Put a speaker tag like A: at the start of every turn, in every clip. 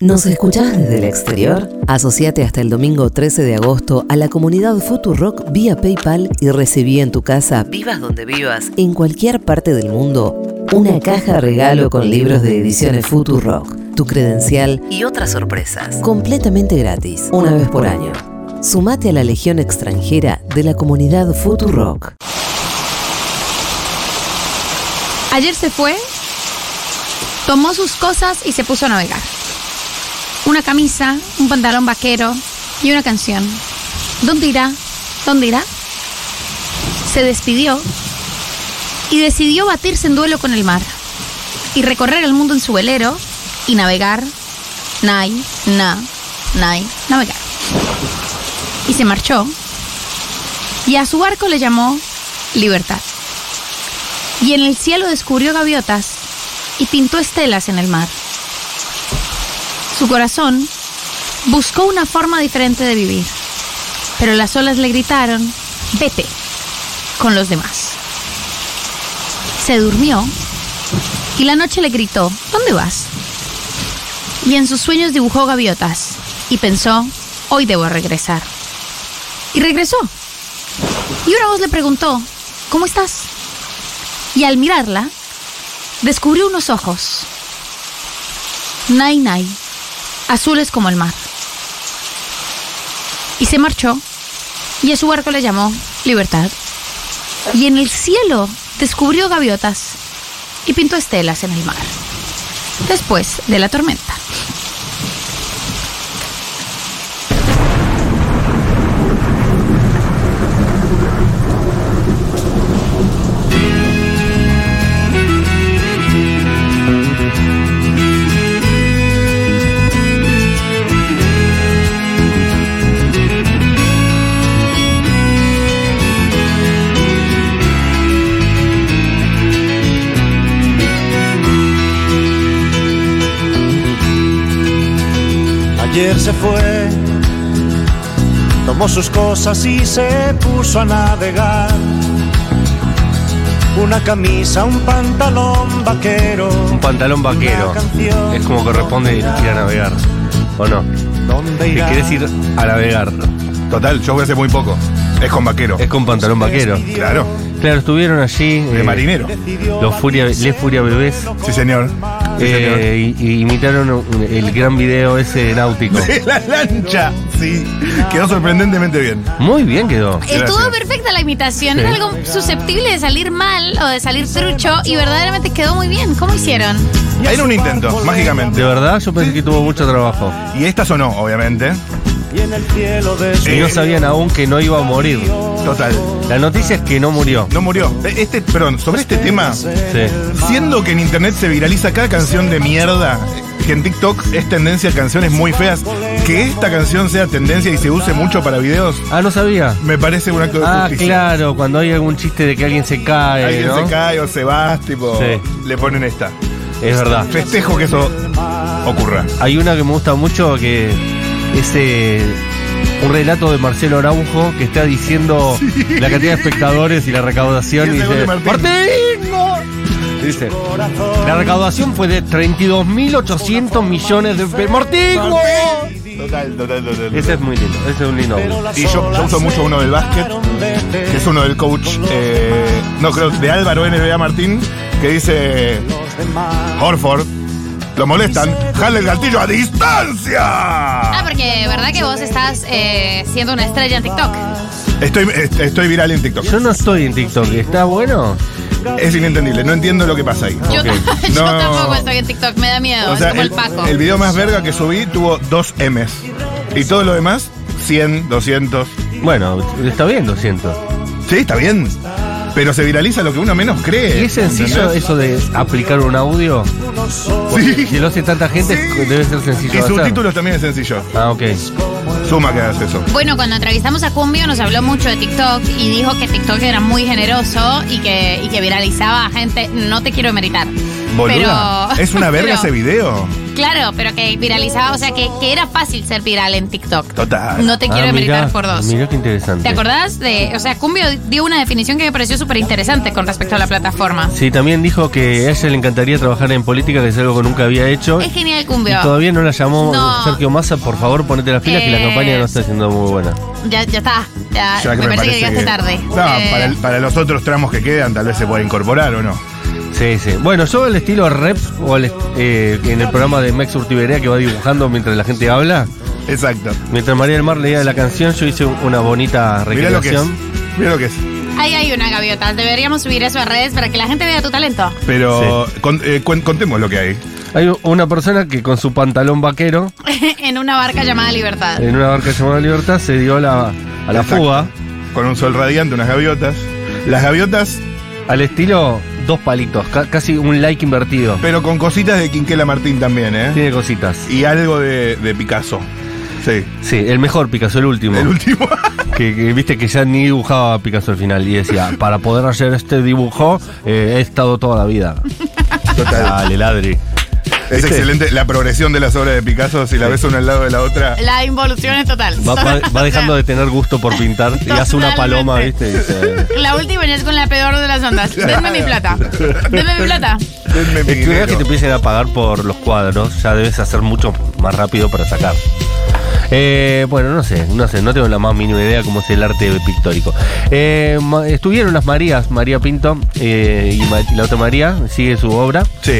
A: ¿Nos escuchás desde el exterior? Asociate hasta el domingo 13 de agosto a la comunidad Futurock vía PayPal y recibí en tu casa, vivas donde vivas, en cualquier parte del mundo, una caja regalo con libros de ediciones Futurock, tu credencial y otras sorpresas. Completamente gratis, una vez por año. Sumate a la legión extranjera de la comunidad Futurock.
B: Ayer se fue, tomó sus cosas y se puso a navegar. Una camisa, un pantalón vaquero y una canción. ¿Dónde irá? ¿Dónde irá? Se despidió y decidió batirse en duelo con el mar y recorrer el mundo en su velero y navegar, nay, na, nay, navegar. Y se marchó y a su barco le llamó Libertad. Y en el cielo descubrió gaviotas y pintó estelas en el mar. Su corazón buscó una forma diferente de vivir, pero las olas le gritaron, vete, con los demás. Se durmió y la noche le gritó, ¿dónde vas? Y en sus sueños dibujó gaviotas y pensó, hoy debo regresar. Y regresó. Y una voz le preguntó, ¿cómo estás? Y al mirarla, descubrió unos ojos. Nay, nay, azules como el mar. Y se marchó, y a su barco le llamó Libertad. Y en el cielo descubrió gaviotas y pintó estelas en el mar. Después de la tormenta.
C: Ayer se fue, tomó sus cosas y se puso a navegar. Una camisa, un pantalón vaquero.
D: Un pantalón vaquero.
C: Una canción.
D: Es como corresponde ir a navegar. ¿O no?
C: ¿Dónde
D: Si
C: irá?
D: querés ir a navegar,
E: Total, yo voy hace muy poco. Es con vaquero.
D: es con pantalón vaquero.
E: Claro,
D: Claro, estuvieron allí.
E: de
D: eh,
E: marinero.
C: Decidió
D: Los Furia,
C: batirse
D: Les Furia Bebés.
E: Sí, señor. Sí, señor.
D: eh, y, y imitaron un- el gran video ese de náutico.
E: De la lancha. Sí, quedó sorprendentemente bien.
D: Muy bien quedó.
B: Estuvo
E: Gracias.
B: perfecta la imitación,
D: Sí.
B: era algo susceptible de salir mal o de salir trucho y verdaderamente quedó muy bien. ¿Cómo hicieron?
E: Era un intento,
D: De
E: mágicamente.
D: verdad, yo pensé que tuvo mucho trabajo.
E: Y esta sonó, obviamente.
C: Y en el cielo de su
D: Y Eh, no sabían aún que no iba a morir.
E: Total.
D: La noticia es que no murió.
E: No murió. Este, perdón, sobre este tema,
D: Sí.
E: siendo que en internet se viraliza cada canción de mierda, que en TikTok es tendencia a canciones muy feas, que esta canción sea tendencia y se use mucho para videos,
D: Ah, no sabía.
E: me parece un acto de
D: Ah,
E: justicia.
D: claro, cuando hay algún chiste de que alguien se cae,
E: Alguien
D: ¿no?
E: se cae o se va, tipo,
D: Sí.
E: le ponen esta.
D: Es verdad.
E: Festejo que eso ocurra.
D: Hay una que me gusta mucho que es eh, un relato de Marcelo Araujo que está diciendo la cantidad de espectadores y la recaudación.
E: Y
D: Y,
E: el gol
D: dice,
E: de Martín.
D: "Martín, no". Y Dice, la recaudación fue de 32.800 millones de pe- ¡Martín, no".
E: Total, total, total.
D: Ese es muy lindo, ese es un lindo. audio.
E: Y yo, yo uso mucho uno del básquet, que es uno del coach, eh, no creo, de Álvaro NBA Martín, que dice, Horford, lo molestan, jale el gatillo a
B: Ah,
E: distancia.
B: porque verdad que vos estás eh, siendo una estrella en TikTok.
E: Estoy, est- estoy viral en TikTok.
D: Yo no estoy en TikTok, ¿está bueno?
E: Es inentendible, no entiendo lo que pasa ahí.
B: Yo,
D: Ok.
B: ta- yo
E: No.
B: tampoco estoy en TikTok, me da miedo.
E: O sea,
B: es como el,
E: el,
B: Paco.
E: el video más verga que subí tuvo dos M's. Y todo lo demás, 100, 200.
D: Bueno, está bien, 200.
E: Sí, está bien. Pero se viraliza lo que uno menos cree.
D: ¿Y es sencillo
E: Eh, ¿entendés?
D: eso de aplicar un audio? Porque
E: Sí.
D: Si lo hace tanta gente,
E: Sí.
D: debe ser sencillo.
E: Y
D: de hacer.
E: subtítulos también es sencillo.
D: Ah, ok.
E: Suma que hagas eso.
B: Bueno, cuando entrevistamos a Cumbio nos habló mucho de TikTok y dijo que TikTok era muy generoso y que, y que viralizaba a gente. No te quiero meritar.
E: Boluda.
B: Pero,
E: es una verga
B: pero-
E: ese video.
B: Claro, pero que viralizaba, o sea, que, que era fácil ser viral en TikTok.
E: Total.
B: No te quiero ameritar por dos.
D: Ah, Mirá qué interesante.
B: ¿Te acordás de.? O sea, Cumbio dio una definición que me pareció súper interesante con respecto a la plataforma.
D: Sí, también dijo que a ella le encantaría trabajar en política, que es algo que nunca había hecho.
B: Es genial,
D: Y
B: Cumbio.
D: todavía no la llamó
B: No.
D: Sergio Massa, por favor, ponete las pilas que la
B: Eh.
D: campaña no está siendo muy buena.
B: Ya, ya está. Ya,
E: Ya
B: me, parece ah, que llegaste tarde.
E: No,
B: Eh,
E: para, el- para los otros tramos que quedan, tal vez se pueda incorporar o no.
D: Sí, sí. Bueno, yo al estilo rep o al est- eh, en el programa de Max Urtiberea que va dibujando mientras la gente habla,
E: Exacto.
D: mientras María del Mar leía la canción, yo hice una bonita
E: Mirá lo que es.
D: recreación.
E: Mirá lo que es.
B: Ahí hay una gaviota. Deberíamos subir eso a redes para que la gente vea tu talento.
E: Pero con- eh, cuen- contemos lo que hay.
D: Hay una persona que con su pantalón vaquero
B: en una barca llamada Libertad.
D: en una barca llamada Libertad se dio a la, a la
E: Exacto.
D: fuga
E: Con un sol radiante, unas gaviotas. Las gaviotas,
D: al estilo dos palitos, ca- casi un like invertido.
E: pero con cositas de Quinquela Martín también, ¿eh?
D: Tiene cositas.
E: Y algo de, de Picasso. Sí.
D: Sí, el mejor Picasso, el último.
E: El último.
D: Que, que viste que ya ni dibujaba Picasso al final y decía, para poder hacer este dibujo eh, he estado toda la vida.
E: Total.
D: Dale, ladri.
E: Es
D: Este.
E: excelente la progresión de las obras de Picasso. Si la ves una al lado de la otra.
B: La involución es total.
D: Va, va- va dejando de tener gusto por pintar y hace una
B: Totalmente.
D: paloma, viste. y dice,
B: La última es con la peor de las ondas. Denme mi plata. Denme mi plata.
E: denme mi
D: El que
E: dinero.
D: que te empiecen a pagar por los cuadros, ya debes hacer mucho más rápido para sacar. Eh, bueno, no sé, no sé, no tengo la más mínima idea cómo es el arte pictórico. Eh, ma- estuvieron las Marías, María Pinto eh, y Ma- y la otra María, sigue su obra.
E: Sí.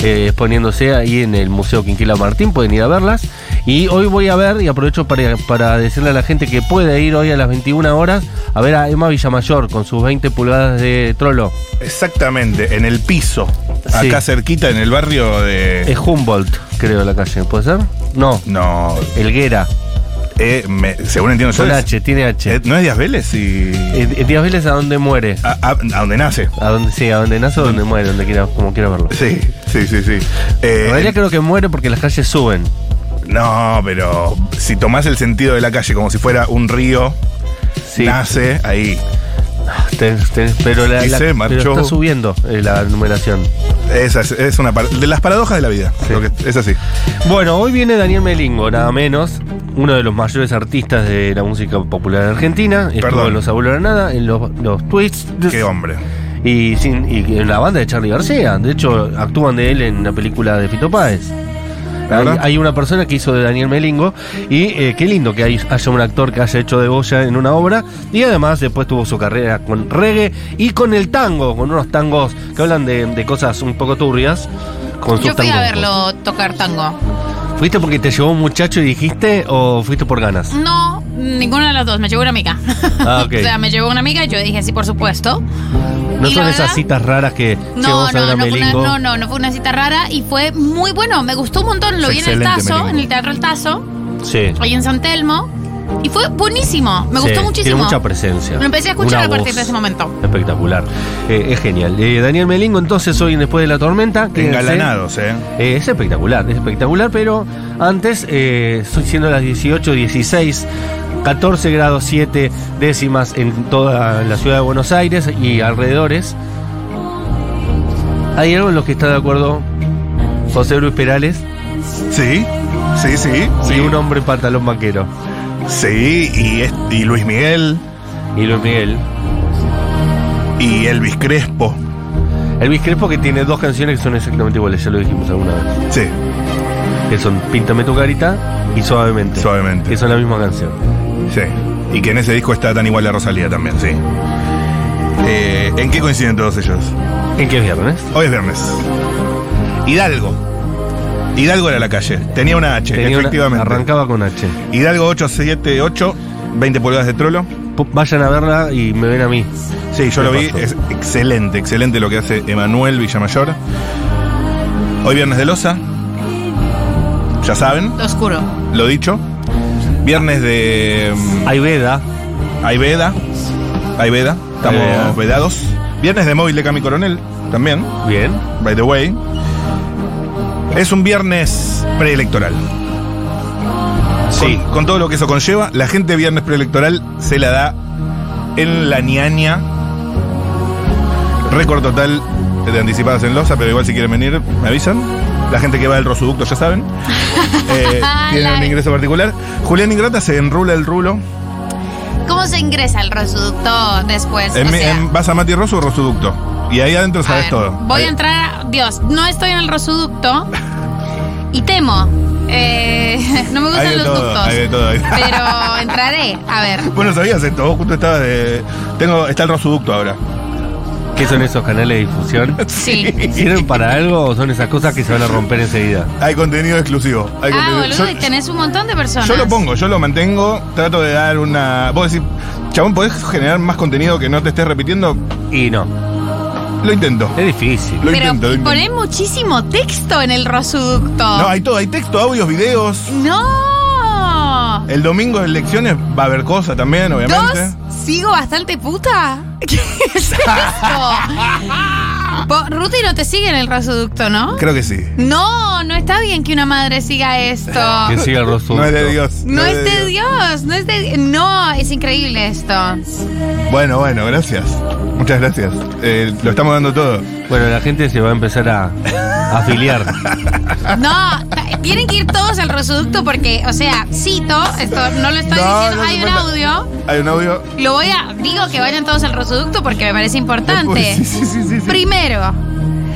D: eh, exponiéndose ahí en el Museo Quinquela Martín, pueden ir a verlas. Y hoy voy a ver, y aprovecho para, para decirle a la gente que puede ir hoy a las 21 horas a ver a Emma Villamayor con sus 20 pulgadas de trolo.
E: Exactamente, en el piso. Acá
D: Sí.
E: cerquita, en el barrio de.
D: Es Humboldt, creo, la calle, ¿puede ser? No,
E: No,
D: Helguera,
E: eh, me- según entiendo yo.
D: con
E: es-
D: H, tiene H.
E: eh, ¿No es Díaz Vélez? Y,
D: Eh, eh, Díaz Vélez a dónde muere.
E: a, a- a donde nace.
D: A donde, sí, a donde nace o donde muere, donde quiera, como quiera verlo.
E: Sí, sí, sí, sí.
D: En
E: Eh,
D: realidad creo que muere porque las calles suben.
E: no, pero si tomás el sentido de la calle como si fuera un río,
D: Sí,
E: nace ahí.
D: ten- ten- pero, la,
E: Y
D: la-
E: se
D: pero
E: marchó.
D: está subiendo eh, la numeración.
E: Esa es, es una par- de las paradojas de la vida.
D: Sí.
E: lo que- es así.
D: Bueno, hoy viene Daniel Melingo, nada menos, uno de los mayores artistas de la música popular argentina. Estuvo
E: Perdón.
D: en Los Abuelos de la Nada, en los, los Twists
E: Qué hombre.
D: y, sin- y en la banda de Charlie García. De hecho, actúan de él en la película de Fito Páez. Hay,
E: verdad?
D: hay una persona que hizo de Daniel Melingo y eh, qué lindo que hay- haya un actor que haya hecho de Goya en una obra y además después tuvo su carrera con reggae y con el tango, con unos tangos que hablan de, de cosas un poco turbias. Con sus
B: Yo fui a
D: tangos.
B: verlo tocar tango.
D: ¿Fuiste porque te llevó un muchacho y dijiste o fuiste por ganas?
B: No, ninguna de las dos. Me llevó una amiga.
D: Ah, ok.
B: o sea, me llevó una amiga y yo dije, sí, por supuesto.
D: No
B: Mm, Y la
D: son esas
B: verdad-
D: citas raras que che,
B: No,
D: vamos a ver
B: no,
D: a
B: no, fue una,
D: Melingo.
B: no, no, no fue una cita rara y fue muy bueno. Me gustó un montón. Lo
E: Es
B: vi en el
E: excelente,
B: Tazo,
E: Melingo.
B: en el Teatro El Tazo,
D: Sí.
B: ahí en San Telmo. Y fue buenísimo. Me
D: Sí,
B: gustó muchísimo.
D: Tiene mucha presencia.
B: Lo empecé a escuchar
D: Una
B: a partir
D: voz
B: de ese momento.
D: Espectacular. Eh, es genial. Eh, Daniel Melingo, entonces, hoy en Después de la Tormenta. quédense.
E: Engalanados, ¿eh?
D: Eh, es espectacular, es espectacular, pero antes, eh, siendo las 18, 16, 14 grados 7 décimas en toda la ciudad de Buenos Aires y alrededores, hay algo en lo que está de acuerdo José Luis Perales
E: Sí, sí, sí.
D: y
E: Sí,
D: un hombre en pantalón vaquero.
E: sí y, es- y Luis Miguel,
D: Y Luis Miguel.
E: y Elvis Crespo.
D: Elvis Crespo que tiene dos canciones que son exactamente iguales, ya lo dijimos alguna vez.
E: Sí,
D: Que son Píntame tu carita y Suavemente.
E: Suavemente.
D: Que son la misma canción.
E: Sí. Y que en ese disco está tan igual a Rosalía también, sí. Eh, ¿En qué coinciden todos ellos?
D: ¿En qué eh? viernes?
E: Hoy es viernes. Hidalgo. Hidalgo era la calle. Tenía una H,
D: Tenía una-
E: efectivamente.
D: arrancaba con H.
E: Hidalgo 878, 20 pulgadas de trolo.
D: Po- Vayan a verla y me ven a mí.
E: Sí, yo
D: Me
E: lo vi.
D: pasó.
E: Es excelente, excelente lo que hace Emanuel Villamayor. Hoy viernes de Loza. Ya saben,
B: Oscuro.
E: lo dicho. Viernes de mm,
D: Hay veda.
E: Hay veda. Hay veda. Estamos
D: Hay veda.
E: vedados. Viernes de móvil de Cami Coronel. También,
D: Bien.
E: by the way. Es un viernes preelectoral.
D: Sí.
E: Con, con todo lo que eso conlleva, la gente viernes preelectoral se la da en la ñaña. Récord total de anticipadas en Loza, pero igual si quieren venir, me avisan. La gente que va del Rosoducto, ya saben. Eh, tiene un ingreso particular. Julián Ingrata se enrula el rulo.
B: ¿Cómo se ingresa el resuducto después?
E: En
B: O
E: mi-
B: sea,
E: en- ¿Vas a Mati Rosso o Rosoducto? Y ahí adentro
B: a
E: Em, sabes
B: ver,
E: todo.
B: Voy a
E: Ahí.
B: entrar, a- Dios, no estoy en el resuducto y temo. Eh, no me
E: Hay
B: gustan
E: de
B: los
E: todo,
B: ductos.
E: hay de todo ahí.
B: Pero entraré. A ver,
E: Vos no sabías esto, vos justo estabas de. Tengo, está el Rosoducto ahora.
D: ¿Qué son esos canales de difusión?
B: sí.
D: ¿Sirven para algo o son esas cosas que se van a romper enseguida?
E: Hay contenido exclusivo. Hay
B: Ah,
E: contenido-
B: boludo,
E: yo-
B: y tenés un montón de personas.
E: Yo lo pongo, yo lo mantengo, trato de dar una. Vos decís, chabón, ¿podés generar más contenido que no te estés repitiendo?
D: Y no,
E: Lo intento.
D: es difícil.
E: Lo
B: Pero
E: intento, lo intento.
B: ponés muchísimo texto en el resuducto.
E: No, eh. hay todo, hay texto, audios, videos.
B: ¡No!
E: El domingo de elecciones va a haber cosas también, obviamente.
B: ¿Dos? ¿Sigo bastante puta? ¿Qué es esto? Po- Ruti no te sigue en el resuducto, ¿no?
E: Creo que sí.
B: No, no está bien que una madre siga esto.
D: Que siga el rostro.
E: No es de Dios.
B: No es de Dios, no es de... No, es increíble esto.
E: Bueno, bueno, gracias. Muchas gracias. Eh, lo estamos dando todo.
D: Bueno, la gente se va a empezar a a afiliar.
B: No, ta- tienen que ir todos al resuducto porque, o sea, cito, esto no lo estoy
E: No,
B: diciendo,
E: no
B: hay
E: hace
B: un
E: falta.
B: audio.
E: Hay un audio.
B: Lo voy a... Digo que vayan todos al resuducto porque me parece importante.
E: Sí, sí, sí, sí, sí.
B: Primero,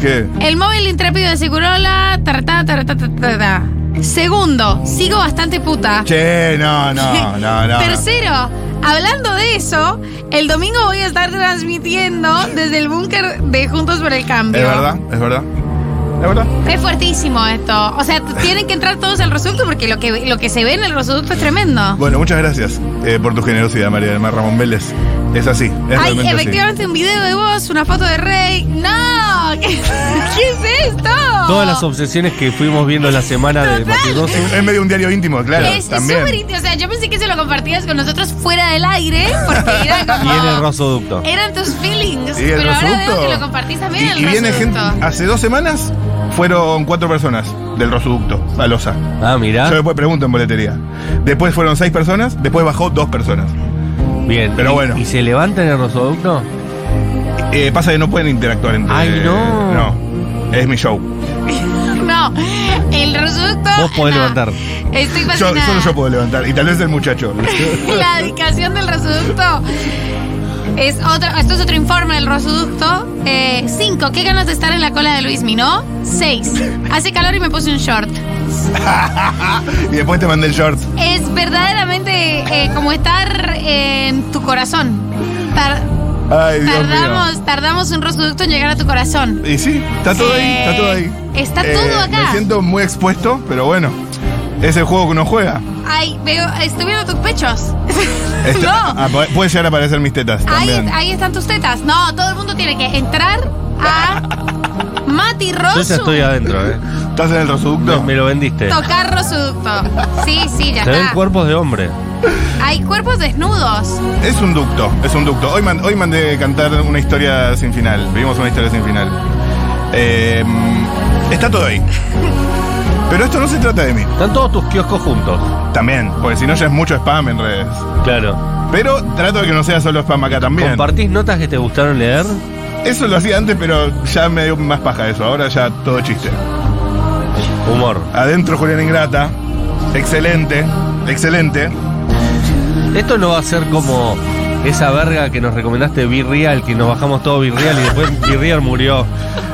E: ¿Qué?
B: El móvil intrépido de Segurola. Tarta, tarta, tarta, tarta. Segundo, sigo bastante puta.
E: Che, no, no, no, no.
B: Tercero, hablando de eso, el domingo voy a estar transmitiendo desde el búnker de Juntos por el Cambio.
E: Es verdad, es verdad. Es verdad.
B: Es fuertísimo esto. O sea, t- tienen que entrar todos al resuducto porque lo que, lo que se ve en el resuducto es tremendo.
E: Bueno, muchas gracias eh, por tu generosidad, María del Mar Ramón Vélez. Es así, es
B: Hay
E: realmente así.
B: efectivamente un video de vos, una foto de Rey. ¡No! ¿Qué, qué es esto?
D: Todas las obsesiones que fuimos viendo la semana de Mati Rosso.
E: Es medio un diario íntimo, claro.
B: es es
E: también.
B: súper íntimo. O sea, yo pensé que se lo compartías con nosotros fuera del aire, porque era
D: Y
B: como.
D: en el rosoducto.
B: Eran tus feelings.
E: Y el
B: Pero ahora veo
E: Rosoducto.
B: que lo compartís también
E: y,
B: en el
E: y viene gente.
B: Rosoducto.
E: Hace dos semanas fueron cuatro personas del Rosoducto a Loza.
D: Ah, mirá.
E: Yo después pregunto en boletería. Después fueron seis personas, después bajó dos personas.
D: Bien.
E: Pero
D: ¿Y-
E: bueno.
D: ¿Y se levanta en el rosoducto?
E: Eh, pasa que no pueden interactuar entre.
D: Ay, no.
E: No. Es mi show.
B: No, el resuelto.
D: Vos podés levantar.
B: Estoy
E: Yo,
B: fascinada.
E: solo yo puedo levantar. Y tal vez el muchacho.
B: La dedicación del resuducto es otro, esto es otro informe del resuducto. Eh, cinco, qué ganas de estar en la cola de Luismi, ¿no? Seis, hace calor y me puse un short.
E: y después te mandé el short.
B: Es verdaderamente eh, como estar en tu corazón. Tar-
E: Ay, Dios mío.
B: tardamos, tardamos un resuducto en llegar a tu corazón.
E: Y sí, está todo ahí, está todo ahí.
B: Eh, está todo acá.
E: Me siento muy expuesto, pero bueno. Es el juego que uno juega.
B: Ay, veo, estoy viendo tus pechos.
E: Este-
B: no.
E: ah, pu- puede llegar a aparecer mis tetas
B: Ahí,
E: también.
B: ahí están tus tetas. No, todo el mundo tiene que entrar a Mati
D: Yo ya
B: Rosu.
D: estoy adentro, ¿eh?
E: ¿Estás en el
D: Me-
E: rosoducto?
D: Me lo vendiste.
B: Tocar Rosuducto. Sí, sí, ya
D: Se ven
B: está.
D: cuerpos de hombre.
B: Hay cuerpos desnudos.
E: Es un ducto, es un ducto. Hoy, man- hoy mandé cantar una historia sin final. Vimos una historia sin final. Eh, está todo ahí. Pero esto no se trata de mí.
D: Están todos tus kioscos juntos.
E: También, porque si no ya es mucho spam en redes.
D: Claro.
E: Pero trato de que no sea solo spam acá también.
D: ¿Compartís notas que te gustaron leer?
E: Eso lo hacía antes, pero ya me dio más paja eso. Ahora ya todo chiste.
D: Humor.
E: Adentro Julián Ingrata. Excelente, excelente.
D: Esto no va a ser como esa verga que nos recomendaste Virreal, que nos bajamos todo Virreal y después Virreal murió.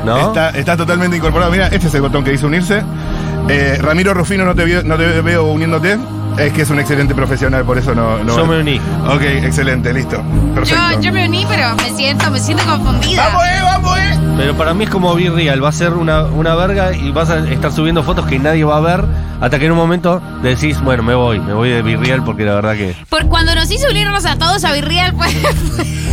D: ¿No?
E: Está, está totalmente incorporado. Mira, este es el botón que dice unirse. Eh, Ramiro Rufino, no te, veo, no te veo uniéndote. Es que es un excelente profesional, por eso no. no
D: Yo me uní.
E: Ok, excelente, listo.
B: Yo,
E: Perfecto.
B: yo me uní, pero me siento, me siento confundida.
E: ¡Vamos, eh! ¡Vamos, eh!
D: Pero para mí es como Virreal, va a ser una, una verga y vas a estar subiendo fotos que nadie va a ver hasta que en un momento decís, bueno, me voy, me voy de Virreal porque la verdad que
B: Por cuando nos hizo unirnos a todos a Virreal, pues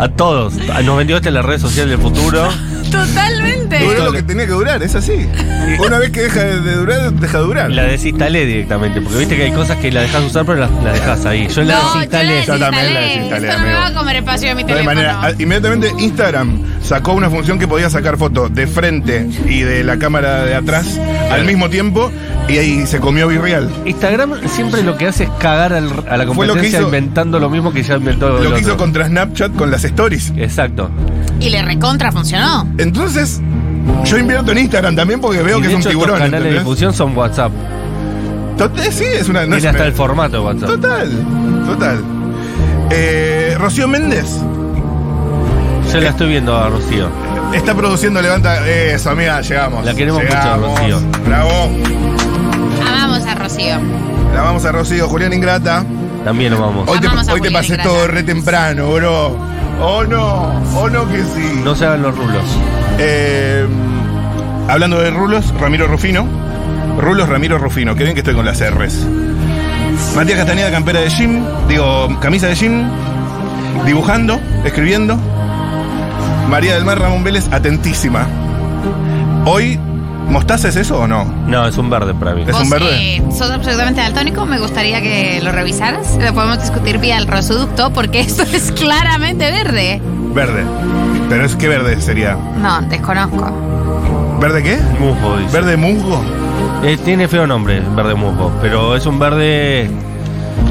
D: a todos, a- nos vendió este la red social del futuro.
B: totalmente.
E: Duró lo que tenía que durar, es así. Una vez que deja de durar, deja de durar.
D: La desinstalé directamente, porque viste que hay cosas que la dejas usar pero la, la dejas ahí. Yo la
B: No, yo la
D: desinstalé.
E: Yo también la
B: desinstalé.
E: desinstalé,
B: Esto no me
E: amigo.
B: va a comer espacio de mi
E: No, de
B: teléfono.
E: manera, a- inmediatamente Instagram sacó una función que podía sacar fotos de frente y de la cámara de atrás al mismo tiempo y ahí se comió Virreal.
D: Instagram siempre lo que hace es cagar al- a la
E: Fue lo que
D: competencia
E: hizo-
D: inventando lo mismo que ya inventó el
E: Lo que hizo
D: otro.
E: contra Snapchat con las stories.
D: Exacto.
B: Y le recontra funcionó.
E: Entonces, Yo invierto en Instagram también porque veo
D: Y
E: que
D: de
E: es un
D: hecho, estos
E: tiburón.
D: canales de
E: ¿entendés?
D: difusión son WhatsApp.
E: Total, sí, es una. no es
D: Mira hasta
E: una-
D: el formato de WhatsApp.
E: Total, total. Eh, Rocío Méndez
D: Yo la estoy viendo a Rocío.
E: está produciendo Levanta. Eso, amiga, llegamos.
D: La queremos mucho,
E: Llegamos.
D: Rocío.
E: Bravo.
B: Amamos a Rocío.
E: La vamos a Rocío, Julián Ingrata.
D: También lo vamos.
E: Hoy te,
B: Amamos a
E: hoy te
B: Julián
E: pasé
B: Ingrata.
E: todo re temprano, bro. Oh no, oh no que sí.
D: No se hagan los rulos.
E: Eh, hablando de rulos, Ramiro Rufino. Rulos Ramiro Rufino, qué bien que estoy con las R's. Matías Castañeda, campera de gym, digo, camisa de gym, dibujando, escribiendo. María del Mar Ramón Vélez, atentísima. Hoy, ¿mostaza es eso o no?
D: No, es un verde para mí.
E: Es
B: Vos
E: un verde.
B: que sos absolutamente daltónico, me gustaría que lo revisaras. Lo podemos discutir vía el rosoducto porque esto es claramente verde.
E: Verde. Pero es que verde sería.
B: No, desconozco.
E: ¿Verde qué?
D: Musgo, dice.
E: ¿Verde musgo?
D: Eh, tiene feo nombre, verde musgo. Pero es un verde.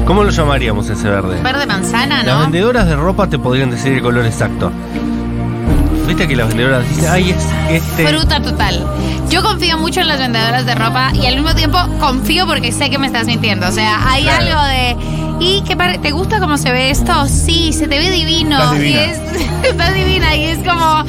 D: ¿Cómo lo llamaríamos ese verde?
B: Verde manzana,
D: Las
B: ¿no?
D: vendedoras de ropa te podrían decir el color exacto. Viste que las vendedoras dicen, ay, es este.
B: Fruta total. Yo confío mucho en las vendedoras de ropa y al mismo tiempo confío porque sé que me estás mintiendo. O sea, hay
D: Claro.
B: algo de. ¿Y qué par- ¿Te gusta cómo se ve esto? Sí, se te ve divino.
E: Estás divina.
B: Y es, estás divina y es como.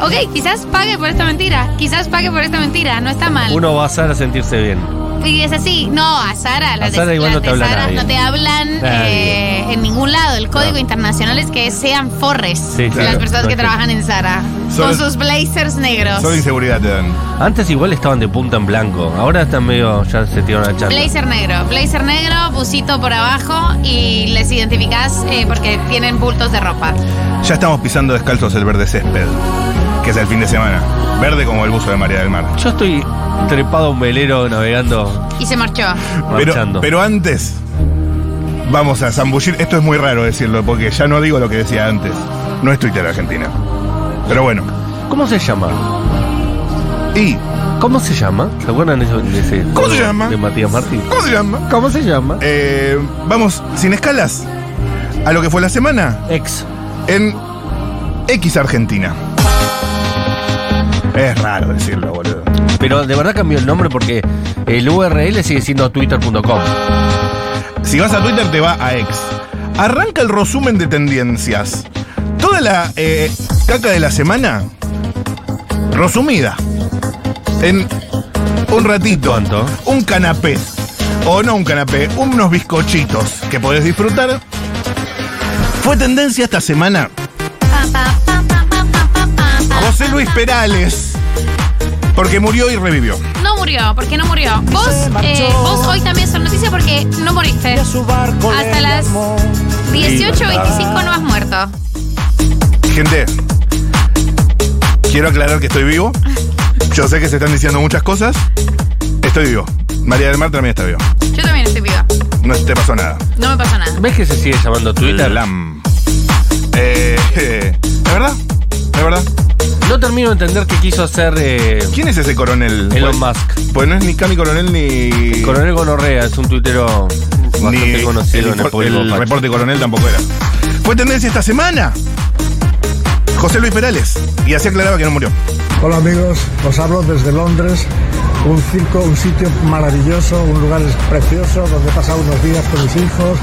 B: Ok, quizás pague por esta mentira. Quizás pague por esta mentira. No está mal.
D: Uno va a azar a sentirse bien.
B: Y es así. No, a Sara, las
D: A Sara
B: de,
D: igual
B: las
D: no te
B: de
D: habla
B: Sara
D: nadie.
B: no te hablan
D: Nadie.
B: eh, en ningún lado. El código
D: No.
B: internacional es que sean forres
D: Sí,
B: las
D: claro.
B: personas que
D: Perfecto.
B: trabajan en Sara.
E: Solo-
B: con sus blazers negros.
E: Solo inseguridad te dan.
D: Antes igual estaban de punta en blanco. Ahora están medio. Ya se tiraron a charla.
B: Blazer negro, blazer negro, busito por abajo y les identificás eh, porque tienen bultos de ropa.
E: Ya estamos pisando descalzos el verde césped, que es el fin de semana. Verde como el buzo de María del Mar.
D: Yo estoy trepado a un velero navegando,
B: Y se marchó.
D: marchando.
E: Pero, pero antes, vamos a zambullir. Esto es muy raro decirlo, porque ya no digo lo que decía antes. No es Twitter Argentina. Pero bueno.
D: ¿Cómo se llama?
E: ¿Y
D: ¿Cómo se llama? ¿Se acuerdan de ese- de ese
E: ¿Cómo se
D: juego
E: llama?
D: De Matías Martín.
E: cómo se llama?
D: ¿Cómo se llama?
E: Eh, vamos, sin escalas, a lo que fue la semana
D: Ex.
E: en X Argentina. Es raro decirlo, boludo.
D: Pero de verdad cambió el nombre porque el URL sigue siendo twitter.com.
E: Si vas a Twitter te va a ex. Arranca el resumen de tendencias. Toda la eh, caca de la semana resumida en un ratito.
D: ¿Cuánto?
E: Un canapé. O no un canapé, unos bizcochitos que podés disfrutar. Fue tendencia esta semana
B: Pa, pa, pa, pa, pa, pa, pa, pa.
E: José Luis Perales. Porque murió y revivió.
B: No murió, ¿por qué no murió? Vos,
C: se marchó.
B: eh, vos hoy también son noticias porque no moriste.
C: a su barco le
B: Hasta las
C: llamó.
B: 18.25 no has muerto.
E: Gente, quiero aclarar que estoy vivo. Yo sé que se están diciendo muchas cosas. Estoy vivo. María del Mar también está viva.
B: Yo también estoy viva.
E: No te pasó nada.
B: No me pasó nada.
D: ¿Ves que se sigue llamando Twitter?
E: Lam. Eh, eh, ¿Es verdad? ¿Es verdad?
D: No termino de entender qué quiso hacer eh,
E: ¿Quién es ese coronel?
D: Elon
E: pues,
D: Musk.
E: pues no es ni Cami Coronel ni.
D: Coronel Gonorrea es un tuitero bastante
E: ni
D: conocido en el
E: infor-
D: público. facho.
E: reporte coronel tampoco era. Fue tendencia esta semana. José Luis Perales. Y así aclaraba que no murió.
F: Hola amigos, os hablo desde Londres, un circo, un sitio maravilloso, un lugar precioso donde he pasado unos días con mis hijos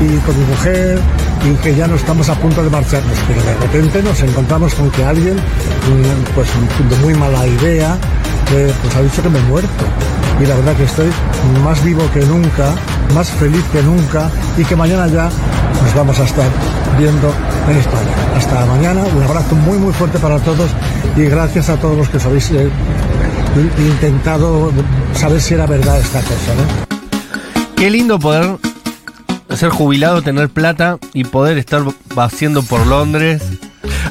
F: y con mi mujer y que ya no estamos a punto de marcharnos, pero de repente nos encontramos con que alguien, mm, pues de muy mala idea, eh, pues ha dicho que me he muerto. Y la verdad que estoy más vivo que nunca, más feliz que nunca y que mañana ya nos vamos a estar viendo en España. Hasta mañana, un abrazo muy muy fuerte para todos y gracias a todos los que os habéis eh, in- intentado saber si era verdad esta cosa. ¿no?
D: Qué lindo poder ser jubilado, tener plata y poder estar vaciando por Londres.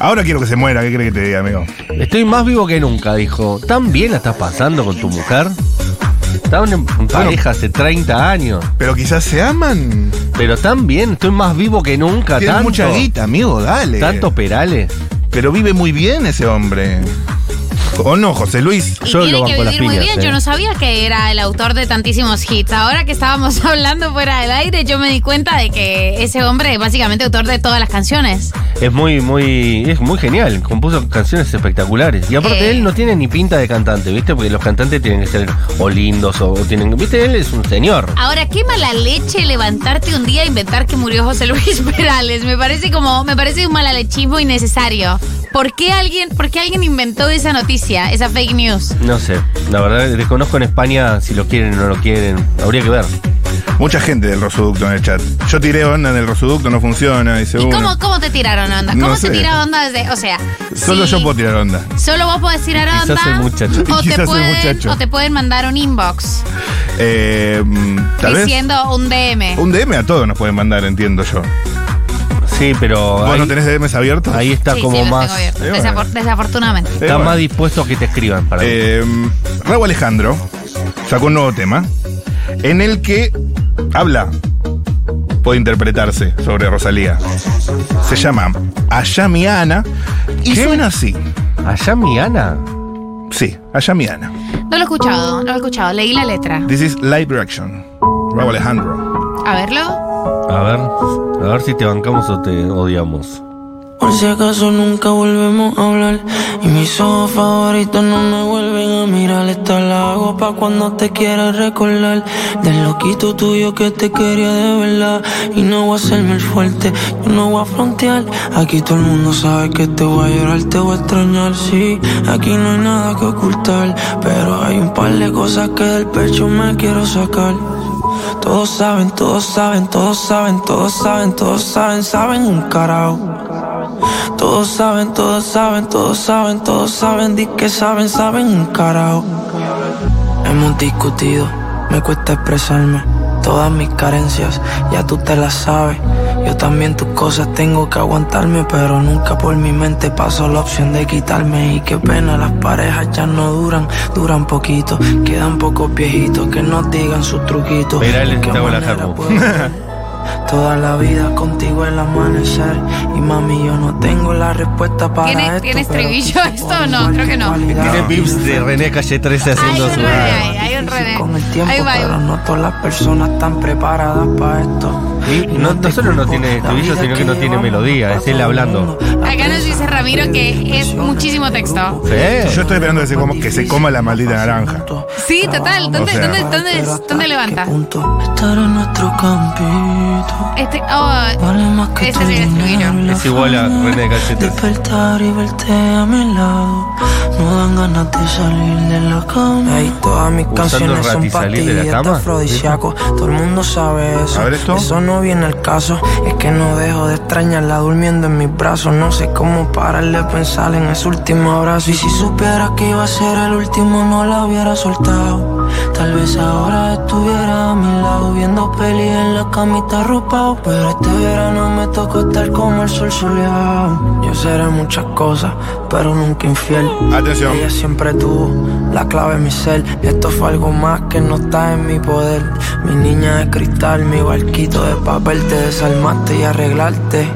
E: Ahora quiero que se muera. ¿Qué cree que te diga, amigo?
D: Estoy más vivo que nunca, dijo. ¿Tan bien la estás pasando con tu mujer? Estaban en pareja hace 30 años.
E: Pero quizás se aman.
D: Pero tan bien, estoy más vivo que nunca.
E: Tiene
D: tanto, Este,
E: mucha guita, amigo, dale.
D: Tanto Perales.
E: Pero vive muy bien ese hombre. ¿O no, José Luis?
B: Y
D: Yo
B: tiene
D: lo
B: que
D: banco las
B: vivir muy
D: piñas,
B: bien.
D: eh.
B: Yo no sabía que era el autor de tantísimos hits. Ahora que estábamos hablando fuera del aire, yo me di cuenta de que ese hombre es básicamente autor de todas las canciones.
D: Es muy, muy, es muy genial. Compuso canciones espectaculares. Y aparte
B: Eh.
D: él no tiene ni pinta de cantante, ¿viste? Porque los cantantes tienen que ser o lindos o, o tienen... ¿Viste? Él es un señor.
B: Ahora, qué mala leche levantarte un día e inventar que murió José Luis Perales. Me parece como, me parece un malalechismo innecesario. ¿Por qué alguien, por qué alguien inventó esa noticia, esa fake news?
D: No sé. La verdad, desconozco en España si lo quieren o no lo quieren. Habría que ver.
E: Mucha gente del Rosoducto en el chat. Yo tiré onda en el Rosoducto, no funciona, dice
B: ¿Y
E: uno.
B: cómo, cómo te tiraron onda? ¿Cómo
E: No
B: se
E: sé.
B: tira onda desde, o sea,
E: Solo
B: si-
E: yo puedo tirar onda.
B: Solo vos podés tirar
D: Quizás
B: onda.
D: el muchacho.
B: O,
E: Quizás
B: te
E: el
B: pueden,
E: muchacho.
B: o te pueden mandar un inbox
E: Eh, mm, tal vez.
B: diciendo un DM.
E: Un DM a todos nos pueden mandar, entiendo yo.
D: Sí, pero
E: ¿Vos
D: ahí,
E: no tenés DMs abiertos?
D: ahí está
B: Sí,
D: como
B: sí, los
D: más...
B: tengo abiertos.
E: Eh,
B: Desapor-
E: bueno.
B: desafortunadamente.
E: Eh,
D: Está
E: bueno.
D: más dispuesto a que te escriban para mí.
E: Eh, Raúl Alejandro sacó un nuevo tema en el que habla, puede interpretarse sobre Rosalía. Se llama Allá mi Ana y suena así.
D: Allá mi Ana.
E: Sí, Allá mi Ana.
B: No lo he escuchado, no lo he escuchado. Leí la letra.
E: This is live reaction. Raúl Alejandro.
B: A verlo.
D: A ver, a ver si te bancamos o te odiamos.
G: Por si acaso nunca volvemos a hablar Y mis ojos favoritos no me vuelven a mirar Esta la hago pa' cuando te quieras recordar Del loquito tuyo que te quería de verdad Y no voy a hacerme el fuerte, yo no voy a frontear Aquí todo el mundo sabe que te voy a llorar, te voy a extrañar Sí, aquí no hay nada que ocultar Pero hay un par de cosas que del pecho me quiero sacar todos saben, todos saben, todos saben, todos saben, todos saben, saben un carajo. Todos saben, todos saben, todos saben, todos saben, di que saben, saben un carajo. Hemos discutido, me cuesta expresarme. Todas mis carencias, ya tú te las sabes. Yo también tus cosas tengo que aguantarme, pero nunca por mi mente pasó la opción de quitarme. Y qué pena, las parejas ya no duran, duran poquito. Quedan pocos viejitos que no digan sus truquitos.
D: Perales
G: ¿Qué
D: está con la
G: manera
D: Harpo.
G: puedo ver Toda la vida contigo el amanecer. Y mami, yo no tengo la respuesta para
B: ¿Tiene-
G: esto.
B: tiene
G: pero
B: estribillo
G: tú
B: esto? No, creo que no.
G: cualidad.
D: Tiene pips de René Calle 13
B: Ay,
D: haciendo
B: un
D: su...
B: René, ay, hay un René.
G: Con el tiempo,
B: Ahí va, ahí
G: pero
B: va.
G: no todas las personas están preparadas para esto.
D: Y no- no solo no tiene estribillo, sino que no tiene melodía, es él hablando.
B: Acá nos dice Ramiro que es muchísimo texto.
D: Sí.
E: Yo estoy esperando que se, coma, que se coma la maldita naranja.
B: Sí, total. ¿Dónde,
E: O sea.
B: dónde, dónde, dónde levanta?
G: Estar en nuestro campito.
B: Este, oh,
G: Vale más que
B: Ese
G: tu
B: sí es tuyo.
G: dinero en la
D: Es igual a
G: cama.
D: René Cachetes.
G: Despertar y verte a mi lado. No dan ganas de salir de la cama. Ey, todas mis
D: Usando
G: canciones
D: Rat y
G: son para
D: salir
G: ti.
D: de la
G: este
D: cama.
G: afrodisíaco. Todo el mundo sabe eso.
E: A ver esto.
G: Eso no viene al caso. Es que no dejo de extrañarla durmiendo en mis brazos. No sé cómo parar de pensar en ese último abrazo. Y si supiera que iba a ser el último, no la hubiera soltado. Tal vez ahora estuviera a mi lado viendo peli en la camita arropado. Pero este verano me tocó estar como el sol soleado. Yo seré muchas cosas, pero nunca infiel.
E: Atención.
G: Ella siempre tuvo la clave en mi ser. Esto fue algo más que no está en mi poder. Mi niña de cristal, mi barquito de papel. Te desarmaste y arreglarte.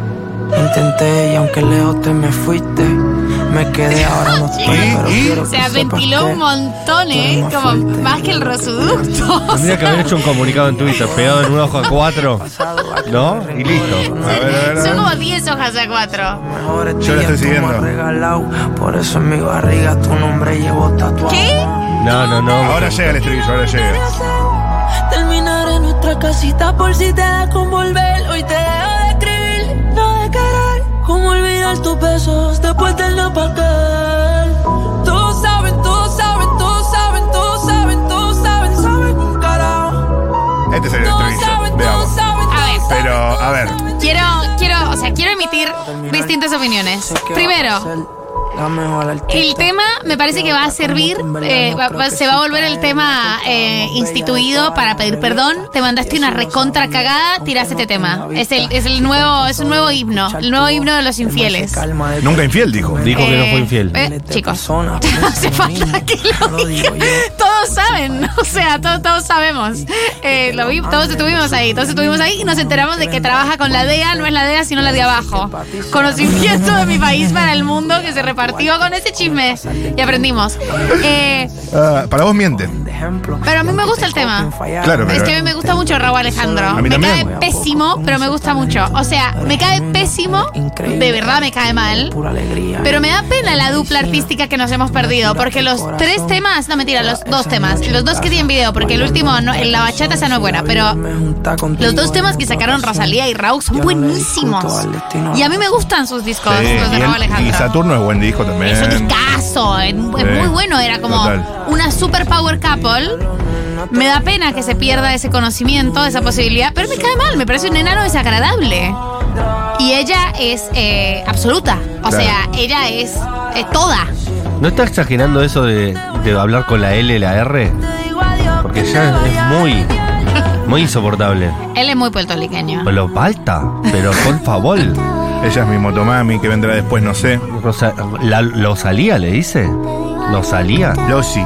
G: Intenté y aunque lejos te me fuiste. Me quedé ahora no estoy. pero quiero
B: se
G: que sepas
B: ventiló
G: que
B: un montón,
G: tú eres
B: ¿eh?
G: más
B: Como
G: fuerte.
B: más que el resuducto.
D: Tendría que haber hecho un comunicado en Twitter, pegado en un hoja 4, ¿no? Y listo.
E: A ver, a ver, a
B: Son
E: ver.
B: como 10 hojas a 4.
G: Mejores
E: Yo
G: días tú
E: la estoy
G: me has
E: siguiendo.
G: regalado. Por eso en mi barriga tu nombre llevo tatuado.
B: ¿Qué?
D: No, no, no.
E: Ahora llega el estribillo, ahora llega.
H: Terminar en nuestra casita por si te da con volver. Hoy te dejo de escribir, no de querer. Cómo olvidar tus besos después del no papel. Todos saben, todos saben, todos saben, todos saben, todos saben, saben un carajo.
E: Este es el
H: Todos
E: estribillo,
H: saben, todos
E: veamos.
H: saben,
B: A ver.
H: todos saben.
E: Pero, a ver,
B: Quiero, quiero, o sea, quiero emitir distintas opiniones. Primero, el tema me parece que va a servir, eh, va- va- se va a volver el tema eh, instituido para pedir perdón. Te mandaste una recontra cagada, tiraste este tema. Es el, es el nuevo, es un nuevo himno, el nuevo himno de los infieles.
E: nunca infiel, dijo.
D: Dijo que no fue
B: Eh,
D: infiel.
B: eh, chicos, pues, no hace falta que lo diga. Todos saben, o sea, todos, todos sabemos. Eh, lo vi- todos estuvimos ahí, todos estuvimos ahí y nos enteramos de que trabaja con la DEA, no es la DEA, sino la de abajo. Conocimiento de mi país para el mundo que se partió con ese chisme y aprendimos. Eh,
E: Ah, para vos miente.
B: pero a mí me gusta el tema.
E: Claro,
B: Es
E: pero.
B: que a mí me gusta mucho Raúl Alejandro.
E: A mí
B: me
E: también.
B: cae pésimo, pero me gusta mucho. O sea, me cae pésimo, de verdad me cae mal. Pero me da pena la dupla artística que nos hemos perdido, porque los tres temas, no mentira, los dos temas, los dos que tienen video, porque el último, no, en la bachata esa no es buena, pero los dos temas que sacaron Rosalía y Raúl son buenísimos. Y a mí me gustan sus discos,
E: Sí,
B: los de
E: y,
B: Raúl
E: el- y
B: Alejandro.
E: Saturno es buen disco también.
B: Es un discazo, es mu- es
E: Sí.
B: muy bueno, era como
E: Eh, Total.
B: una super power couple. Me da pena que se pierda ese conocimiento, esa posibilidad, pero me cae mal, me parece un enano desagradable. Y ella es eh, absoluta, o
E: Claro.
B: sea, ella es eh, toda.
D: ¿No está exagerando eso de, de hablar con la L y la R? Porque ya es muy, muy insoportable.
B: Él es muy puertorriqueño.
D: Pero falta, pero por favor.
E: Ella es mi motomami, que vendrá después, no sé.
D: Rosa- la- ¿Lo salía, le dice? ¿Lo salía?
E: Loshi.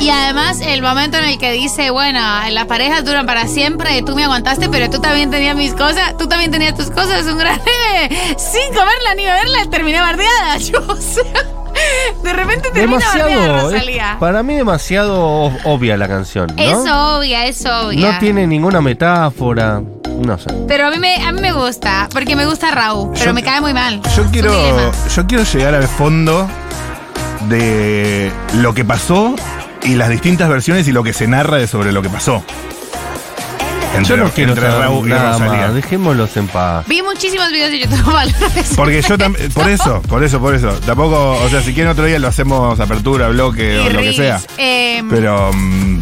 B: Y además el momento en el que dice, bueno, las parejas duran para siempre, tú me aguantaste, pero tú también tenías mis cosas, tú también tenías tus cosas, un gran... Sin comerla ni beberla, terminé bardeada. Yo, o sea, de repente termina bardeada
D: Demasiado.
B: Rosalía.
D: es- para mí demasiado o- obvia la canción. ¿no?
B: Es obvia, es obvia.
D: No tiene ninguna metáfora. No sé.
B: Pero a mí, me, a mí me gusta, porque me gusta Raúl, pero
E: Yo-
B: me cae muy mal.
E: Yo
B: Sus
E: quiero,
B: dilemas.
E: yo quiero llegar al fondo de lo que pasó y las distintas versiones y lo que se narra de sobre lo que pasó. Entre,
D: Yo no quiero
E: entre
D: saber
E: Raúl y
D: nada
E: Rosalía.
D: más. Dejémoslos en paz.
B: Vi muchísimos videos de YouTube. alguna vez.
E: Porque yo también, por eso, por eso, por eso. Tampoco, o sea, si quieren otro día lo hacemos apertura, bloque o
B: Y
E: lo que
B: reels,
E: sea.
B: eh, pero,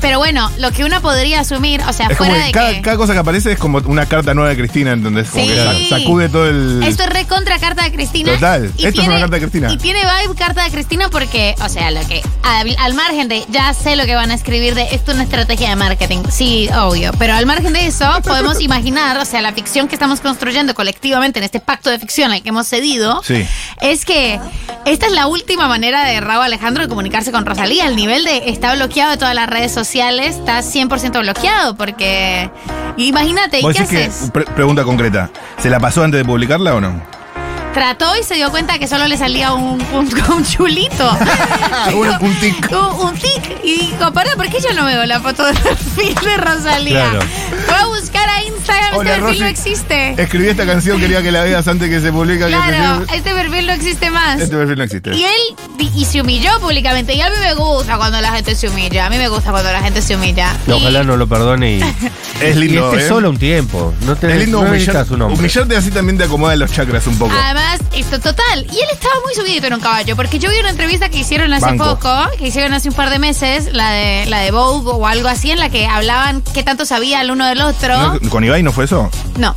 E: Pero mm,
B: bueno, lo que uno podría asumir, o sea,
E: es como
B: fuera
E: que
B: de
E: cada,
B: que...
E: cada cosa que aparece es como una carta nueva de Cristina, ¿entendés? Como
B: Sí.
E: que sacude todo el.
B: Esto es recontra carta de Cristina.
E: Total.
B: Y
E: Esto es una carta de Cristina.
B: Y tiene vibe carta de Cristina porque, o sea, lo que al, al margen de ya sé lo que van a escribir de esto es una estrategia de marketing. Sí, obvio. Pero al margen de eso, podemos imaginar, o sea, la ficción que estamos construyendo colectivamente en este pacto de ficción al que hemos cedido.
E: Sí.
B: Es que esta es la última manera de Raúl Alejandro de comunicarse con Rosalía. El nivel de está bloqueado de todas las redes sociales, está 100% bloqueado porque. Imagínate, ¿y
E: ¿Vos
B: qué
E: decís
B: haces?
E: que, pre- pregunta concreta, ¿se la pasó antes de publicarla o no?
B: Trató y se dio cuenta que solo le salía un, un, un chulito.
E: Un- un tic.
B: Un, un tic. Y dijo, pará, ¿por qué yo no veo la foto de perfil de Rosalía?
E: Claro.
B: Voy a buscar a Instagram,
E: Hola,
B: este perfil
E: Rosy.
B: no existe.
E: Escribí esta canción, quería que la veas antes que se publica. que
B: claro,
E: se-
B: este perfil no existe más.
E: Este perfil no existe.
B: Y él di- y se humilló públicamente. Y a mí me gusta cuando la gente se humilla. A mí me gusta cuando la gente se humilla. Y-
D: Ojalá no lo perdone y.
E: Es lindo,
D: Y este
E: ¿eh?
D: solo un tiempo. No te
E: es
D: no
E: lindo humillar,
D: necesitas un hombre.
E: humillarte así también te acomoda los chakras un poco.
B: Además, esto total. Y él estaba muy subido en un caballo, porque yo vi una entrevista que hicieron hace
E: Banco.
B: poco, que hicieron hace un par de meses, la de la de Vogue o algo así, en la que hablaban qué tanto sabía el uno del otro.
E: ¿No? ¿Con Ibai no fue eso?
B: No,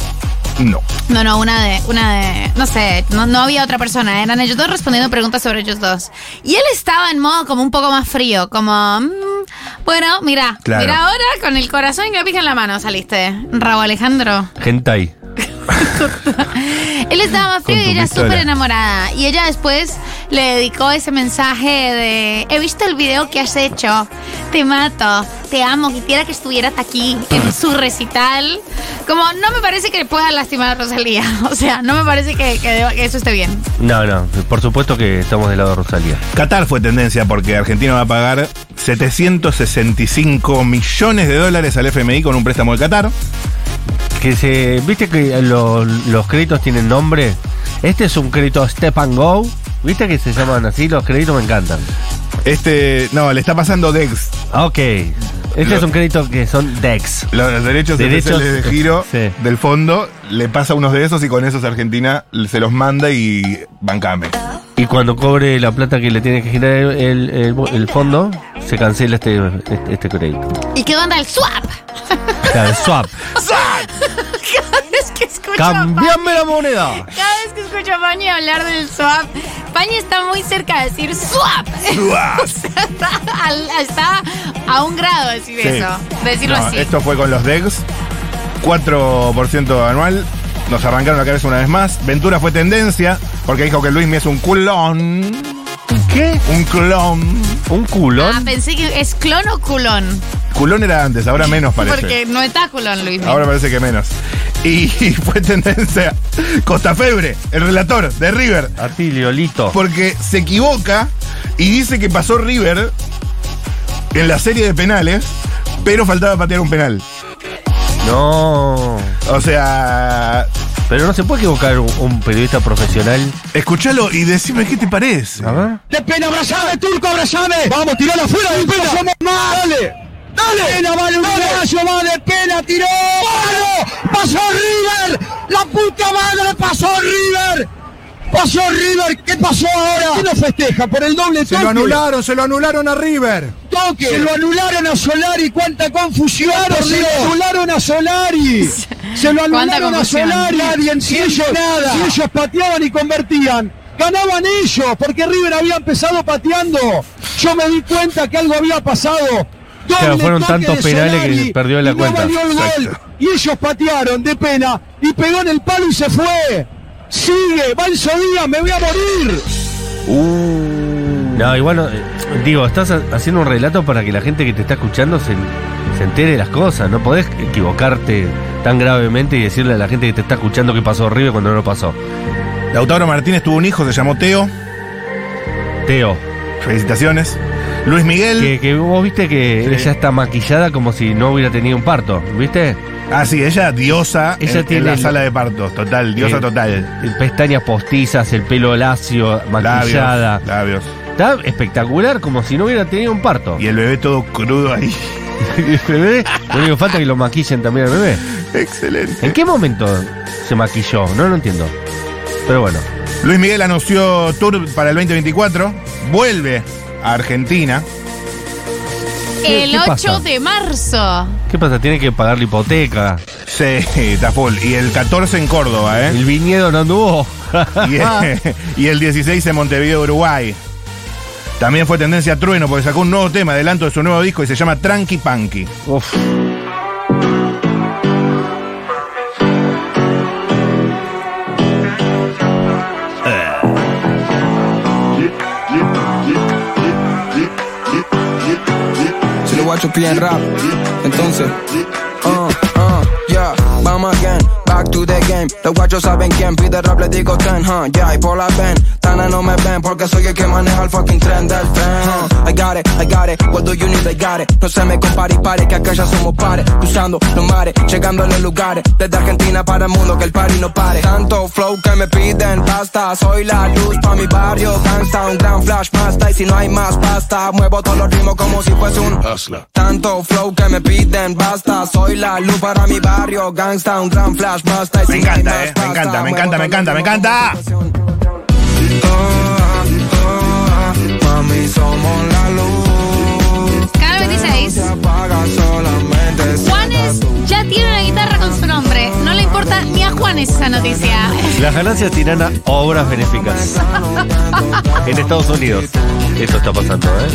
E: No.
B: no, no, una de, una de, no sé, no, no había otra persona, eran ellos dos respondiendo preguntas sobre ellos dos. Y él estaba en modo como un poco más frío, como, mm, bueno, mira,
E: Claro.
B: mira ahora con el corazón y la pija en la mano saliste, Raúl Alejandro.
D: Hentai.
B: Él estaba más frío
E: Con
B: y
E: tu
B: ella
E: pistola.
B: súper enamorada. Y ella después le dedicó ese mensaje de: He visto el video que has hecho. Te mato. Te amo. Quisiera que estuvieras aquí en su recital. Como no me parece que pueda lastimar a Rosalía. O sea, no me parece que, que deba- que eso esté bien.
D: No, no. Por supuesto que estamos del lado de Rosalía.
E: Qatar fue tendencia porque Argentina va a pagar 765 millones de dólares al FMI con un préstamo de Qatar.
D: Que se. ¿Viste que lo- los créditos tienen nombre? Este es un crédito Step and Go. ¿Viste que se llaman así? Los créditos me encantan.
E: Este, no, le está pasando Dex.
D: Ah, Ok. Este
E: Lo-
D: es un crédito que son DEX.
E: Los, los derechos,
D: Derechos-
E: especiales de giro
D: Sí.
E: del fondo, le pasa unos de esos y con esos Argentina se los manda y bancame.
D: Y cuando cobre la plata que le tiene que girar el, el- el fondo, se cancela este, este, este crédito.
B: ¿Y qué onda el swap?
D: Claro, el swap.
B: Cada vez que escucho. a Pa-
D: ¡Cambiame la moneda!
B: Cada vez que escucho a Pani hablar del swap, Pani está muy cerca de decir swap. O sea, está, al- está a un grado de decir
E: Sí.
B: eso. De decirlo
E: No,
B: así.
E: Esto fue con los DEX, 4% anual. Nos arrancaron la cabeza una vez más. Ventura fue tendencia porque dijo que Luismi es un culón.
D: ¿Qué?
E: Un clon.
D: ¿Un culón?
B: Ah, pensé que es clon o culón. Ah.
E: Culón era antes, ahora menos parece.
B: Porque no está culón, Luis.
E: Ahora parece que menos. y fue tendencia Costa Febre, el relator de River,
D: Atilio, Lito.
E: porque se equivoca y dice que pasó River en la serie de penales, pero faltaba patear un penal.
D: No.
E: O sea,
D: Pero no se puede equivocar un, un periodista profesional.
E: escúchalo y decime qué te parece.
D: A ver.
I: De pena, abrazame, turco, abrazame. Vamos, tirala afuera de pena. Somos más. Dale. Dale. Pena, vale un rayo, va de pena, tiró. ¡Vale! Pasó River. La puta madre pasó River. Pasó River, ¿qué pasó ahora? ¿Quién lo festeja? ¿Por el doble toque? Se lo anularon, se lo anularon a River. ¡Toque! Se lo anularon a Solari, cuánta confusión. Se lo anularon a Solari. Se lo
B: Cuánta
I: anularon a
B: confusión.
I: Solari. Nadie si ellos, si ellos pateaban y convertían, ganaban ellos, porque River había empezado pateando. Yo me di cuenta que algo había pasado. Doble
D: Claro, fueron
I: toque
D: tantos
I: de
D: penales que
I: Solari,
D: perdió la
I: y no
D: cuenta.
I: valió el gol.
E: Exacto.
I: Y ellos patearon de pena y pegó en el palo y se fue. Sigue, va el Díaz, me voy a morir.
D: No, igual no, eh, digo, estás ha- haciendo un relato para que la gente que te está escuchando se, se entere de las cosas. No podés equivocarte tan gravemente y decirle a la gente que te está escuchando que pasó River cuando no lo pasó.
E: Lautaro Martínez tuvo un hijo, se llamó Teo.
D: Teo,
E: Felicitaciones. Luis Miguel.
D: que, que vos viste que
E: Sí.
D: ella está maquillada como si no hubiera tenido un parto, ¿viste?
E: Ah, sí, ella diosa
D: Ella
E: en- en,
D: tiene
E: la
D: el-
E: sala de partos. Total, diosa
D: Eh,
E: total.
D: Pestañas postizas, el pelo lacio, maquillada.
E: Labios, labios.
D: Está espectacular como si no hubiera tenido un parto.
E: Y el bebé todo crudo ahí.
D: el ¿Este bebé, lo único que falta es que lo maquillen también al bebé.
E: Excelente.
D: ¿En qué momento se maquilló? No lo entiendo. Pero bueno.
E: Luis Miguel anunció tour para el 2024. Vuelve a Argentina.
D: ¿Qué-
B: El
D: qué
B: 8
D: pasa?
B: de marzo.
D: ¿Qué pasa? Tiene que pagar la hipoteca.
E: Sí, está full. Y el 14 en Córdoba, ¿eh?
D: El viñedo no anduvo.
E: Y el, y el 16 en Montevideo, Uruguay. También fue tendencia a trueno porque sacó un nuevo tema adelanto de su nuevo disco y se llama Tranqui Panqui.
D: Uf.
J: Si los guachos piden rap, entonces. Uh, uh, yeah, vamos again, back to the game. Los guachos saben quién pide rap, le digo ten, huh, yeah, y por la ven. Tana no me ven porque soy el que maneja el fucking tren del tren, huh. I got it, I got it, what do you need, I got it. No se me compare y pare, que acá ya somos pares. Cruzando los mares, llegando a los lugares. Desde Argentina para el mundo, que el party no pare. Tanto flow que me piden pasta, soy la luz pa' mi barrio. Gangsta, un gran flash pasta, y si no hay más pasta, muevo todos los ritmos como si fuese un. Tanto flow que me piden basta. Soy la luz para mi barrio. Gangsta, un gran flash basta. Y
E: Me
J: si no hay
E: encanta,
J: más
E: eh, me
J: pasta,
E: encanta, me
J: muevo
E: encanta,
J: todo
E: me encanta,
J: el
E: me
J: mundo
E: encanta.
J: como si fuese un- Ah, ah, Mami, somos la luz.
B: Cada
J: que no
B: 26.
J: se apaga, solamente se
B: Juanes ya tiene una guitarra con su nombre. No le importa ni a Juanes esa noticia.
D: Las ganancias tirana obras benéficas. en Estados Unidos. Eso está pasando, ¿eh?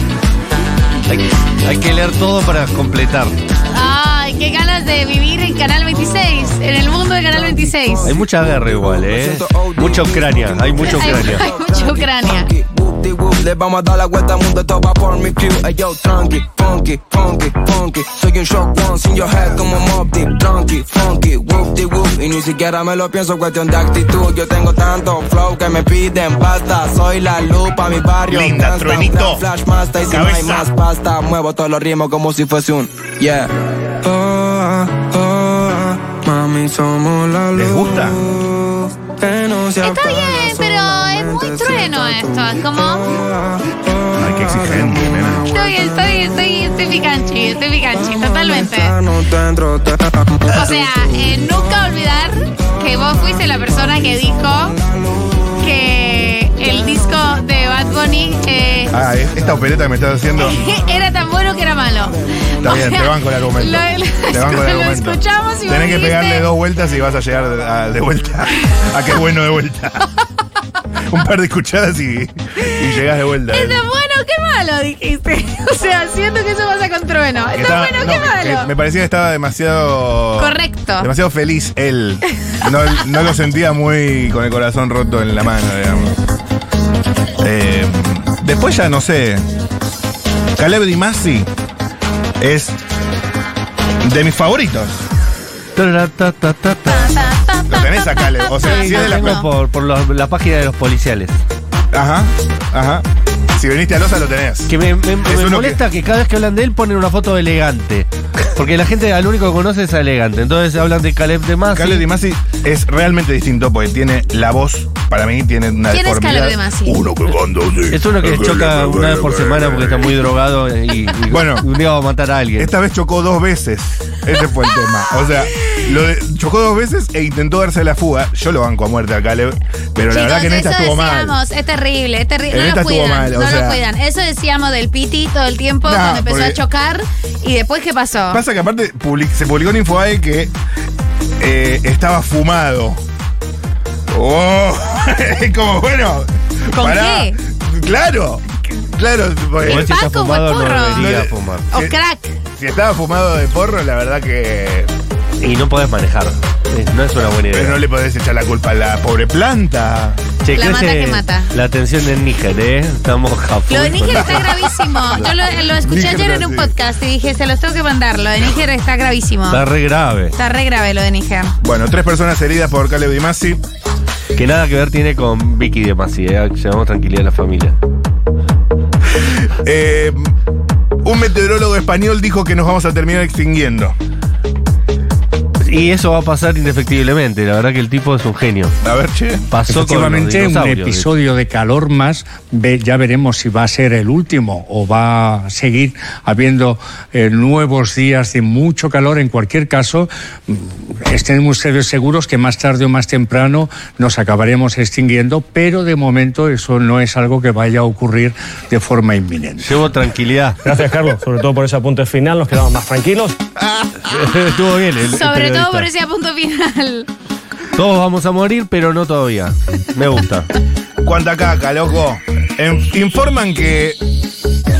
D: Hay, hay que leer todo para completar.
B: Ay, qué ganas de vivir en Canal 26. En el mundo de Canal 26.
D: Hay mucha guerra igual, ¿eh? Mucha Ucrania, hay mucha
B: Hay-
D: Ucrania.
B: hay mucha Ucrania.
J: Whoop-de-whoop, Le vamos a dar la vuelta al mundo, todo va por mi crew. Ay, yo, tranqui, funky, funky, funky. Soy un shock once in your head como Mobb Dick. Tranqui, funky, whoop de whoop. Y ni siquiera me lo pienso, cuestión de actitud. Yo tengo tanto flow que me piden pasta. Soy la luz pa' mi barrio.
E: Linda,
J: Gangsta,
E: truenito.
J: gran Flash master, y si no hay
E: Cabeza.
J: más pasta, muevo todos los ritmos como si fuese un. Yeah. Oh, oh, oh, mami, somos la luz.
E: ¿Les gusta?
J: Que no se
B: Está
J: apaga,
B: bien, pero es muy
J: solamente
B: trueno
J: siento tu
B: esto. Es como.
E: Ay, qué exigente, nena.
B: Está bien, está bien, estoy, estoy picanchi, estoy picanchi, totalmente. O sea, eh, nunca olvidar que vos fuiste la persona que dijo que el disco de Bad Bunny eh,
E: Ah, eh, esta opereta que me estás haciendo.
B: era tan bueno que era malo.
E: Está bien, te banco el argumento.
B: lo-
E: te banco
B: lo
E: el argumento.
B: escuchamos y vos
E: Tenés que
B: dijiste-
E: pegarle dos vueltas y vas a llegar a- de vuelta. A qué bueno de vuelta. Un par de escuchadas y, y llegás de vuelta.
B: Es tan bueno que malo, dijiste. O sea, siento que eso pasa con trueno.
E: Que
B: Es tan
E: estaba-
B: bueno
E: no,
B: que
E: que
B: malo.
E: me parecía que estaba demasiado.
B: Correcto.
E: Demasiado feliz él. No, no lo sentía muy con el corazón roto en la mano, digamos. Eh, después ya no sé. Caleb Di Masi es de mis favoritos. Lo tenés acá, le- o sea,
D: Sí,
E: si es
D: lo
E: de las
D: tengo por, por los- la página de los policiales.
E: Ajá, ajá. Si viniste a Losa lo tenés.
D: Que me, me- me
E: uno que-
D: molesta que... cada vez que hablan de él ponen una foto de elegante. Porque la gente al único que conoce es a elegante. Entonces hablan de Caleb de Masi.
E: Caleb Di Masi es realmente distinto porque tiene la voz, para mí, tiene una
B: ¿Quién es
E: deformidad.
B: Caleb Di Masi?
E: Uno que cuando sí.
D: Es uno que choca una vez por semana porque está muy drogado y, y
E: Bueno.
D: un día va a matar a alguien.
E: Esta vez chocó dos veces. Ese fue el tema. O sea, lo de- chocó dos veces e intentó darse la fuga. Yo lo banco a muerte a Caleb, pero la verdad que en esta
B: eso
E: estuvo mal.
B: decíamos, es terrible, es
E: En
B: terrible. No
E: esta
B: lo
E: estuvo
B: cuidan,
E: mal, o
B: no lo
E: sea-
B: cuidan. Eso decíamos del piti todo el tiempo
E: Nah,
B: cuando empezó
E: porque-
B: a chocar. ¿Y después qué pasó?
E: Pasa que aparte public- se publicó en Infobae que eh, estaba fumado. ¡Oh! Es como, bueno.
B: ¿Con qué?
E: Claro, claro. pues, porque
D: Igual si está
B: Paco
D: fumado no
B: Guaporro.
D: debería
E: No le-
D: fumar.
B: o
E: eh,
B: Oh, crack.
E: si estaba fumado de porro, la verdad que.
D: Y no podés manejar. Es- No es una buena idea.
E: Pero no le podés echar la culpa a la pobre planta.
D: Che,
B: La mata
D: crece
B: que mata.
D: La tensión en Níger, ¿eh? Estamos a full.
B: Lo de Níger está gravísimo. Yo lo, lo escuché
E: Níger
B: ayer en
E: está
B: un
E: así.
B: podcast y dije, se los tengo que mandar. Lo de Níger está gravísimo.
D: Está re grave.
B: Está re grave lo de Níger.
E: Bueno, tres personas heridas por Caleb Di Masi.
D: Que nada que ver tiene con Vicky de Masi, ¿eh? Llevamos tranquilidad a la familia.
E: Eh, un meteorólogo español dijo que nos vamos a terminar extinguiendo.
D: Y eso va a pasar indefectiblemente. La verdad que el tipo es un genio.
E: A ver, che.
D: Pasó con los
K: Efectivamente, un
D: dinosaurios,
K: episodio de calor más, ve- ya veremos si va a ser el último o va a seguir habiendo eh, nuevos días de mucho calor. En cualquier caso, mm, estén ustedes seguros que más tarde o más temprano nos acabaremos extinguiendo, pero de momento eso no es algo que vaya a ocurrir de forma inminente.
D: Llevo tranquilidad.
L: Gracias, Carlos, sobre todo por ese apunte final, nos quedamos más tranquilos.
D: Estuvo bien. el- el
B: Sobre todo
D: periodista.
B: por ese punto final.
D: Todos vamos a morir, pero no todavía. Me gusta.
E: Cuánta caca, loco. En- informan que.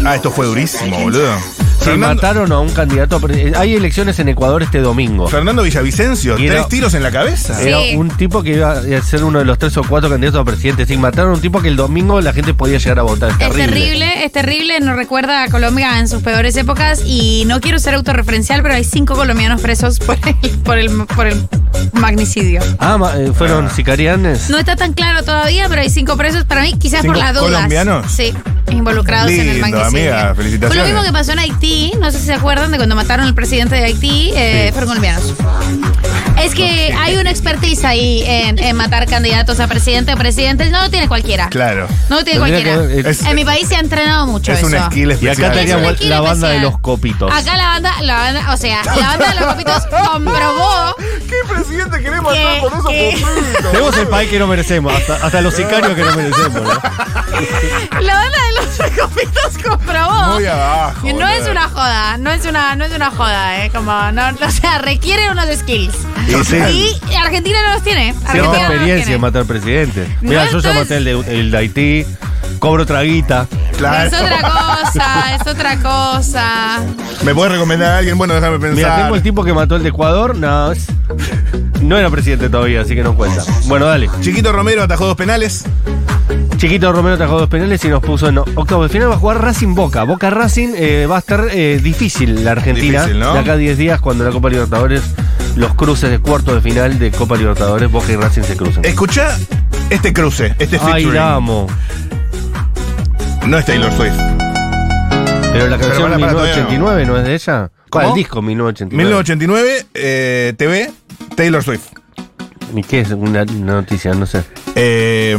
E: Ah, esto fue durísimo, boludo.
D: Se
E: Fernando,
D: mataron a un candidato. a pre- Hay elecciones en Ecuador este domingo.
E: Fernando Villavicencio,
D: Y
E: tres
D: no-
E: tiros en la cabeza.
B: Sí.
D: Era un tipo que iba a ser uno de los tres o cuatro candidatos a presidente. Sí, mataron a un tipo que el domingo la gente podía llegar a votar. Es
B: Es
D: terrible.
B: terrible, es terrible, nos recuerda a Colombia en sus peores épocas y no quiero ser autorreferencial, pero hay cinco colombianos presos por el, por el, por el magnicidio.
D: Ah, ma- eh, fueron sicarianes.
B: No está tan claro todavía, pero hay cinco presos para mí, quizás
E: ¿Cinco
B: por las dudas.
E: colombianos?
B: Sí, involucrados en el
E: Lindo,
B: magnicidio.
E: amiga, felicitaciones.
B: Fue lo mismo que pasó en Haití, no sé si se acuerdan de cuando mataron al presidente de Haití, eh, fueron colombianos. Es que hay una expertise ahí en, en matar candidatos a presidente o presidente, no lo tiene cualquiera.
E: Claro.
B: No lo tiene
D: Tendría
B: cualquiera.
D: que haber-
E: es-
B: en mi país se ha entrenado mucho
E: Es
B: eso.
E: un skill
D: Y
E: especial.
D: acá
B: Es un
D: teníamos
B: equipo
D: la banda de
B: especial.
D: los copitos.
B: Acá la banda, la banda, o sea, la banda de los papitos comprobó
E: ¿Qué presidente queremos
B: que, que-
D: Tenemos el país que no merecemos, hasta, hasta los sicarios que no merecemos. ¿no?
B: la banda de los copitos comprobó
E: Muy abajo.
B: que no
E: boludo.
B: es una joda, no es una, no es una joda, eh, como no, no, o sea, requiere unos skills.
E: Y sí.
B: Y Argentina no los tiene. Argentina
D: Cierta
B: no los
D: experiencia
B: tiene.
D: en matar presidente.
B: No,
D: Mira, yo ya
B: entonces-
D: maté el de, el de Haití, cobro traguita.
E: Claro.
B: Es otra cosa, es otra cosa.
E: ¿Me puedes recomendar a alguien? Bueno, déjame
D: Mira,
E: pensar.
D: tengo el tipo que mató el de Ecuador, no, es- no era presidente todavía, así que no cuenta. Bueno, dale.
E: Chiquito Romero atajó dos penales.
D: Chiquito Romero trajo dos penales y nos puso en octavo de final. Va a jugar Racing Boca. Boca Racing eh, va a estar eh, difícil la Argentina.
E: Difícil, ¿no?
D: De acá a 10 días, cuando la Copa Libertadores, los cruces de cuarto de final de Copa Libertadores, Boca y Racing se cruzan.
E: Escucha este cruce, este
D: Ay,
E: featuring.
D: la amo.
E: No es Taylor Swift.
D: Pero la canción
E: pará, pará, todavía
D: 1989 no. es de ella. ¿Cuál?
E: ¿Cómo?
D: El disco 1989.
E: 1989, eh, TV, Taylor Swift.
D: ¿Y qué es una noticia? No sé.
E: Eh,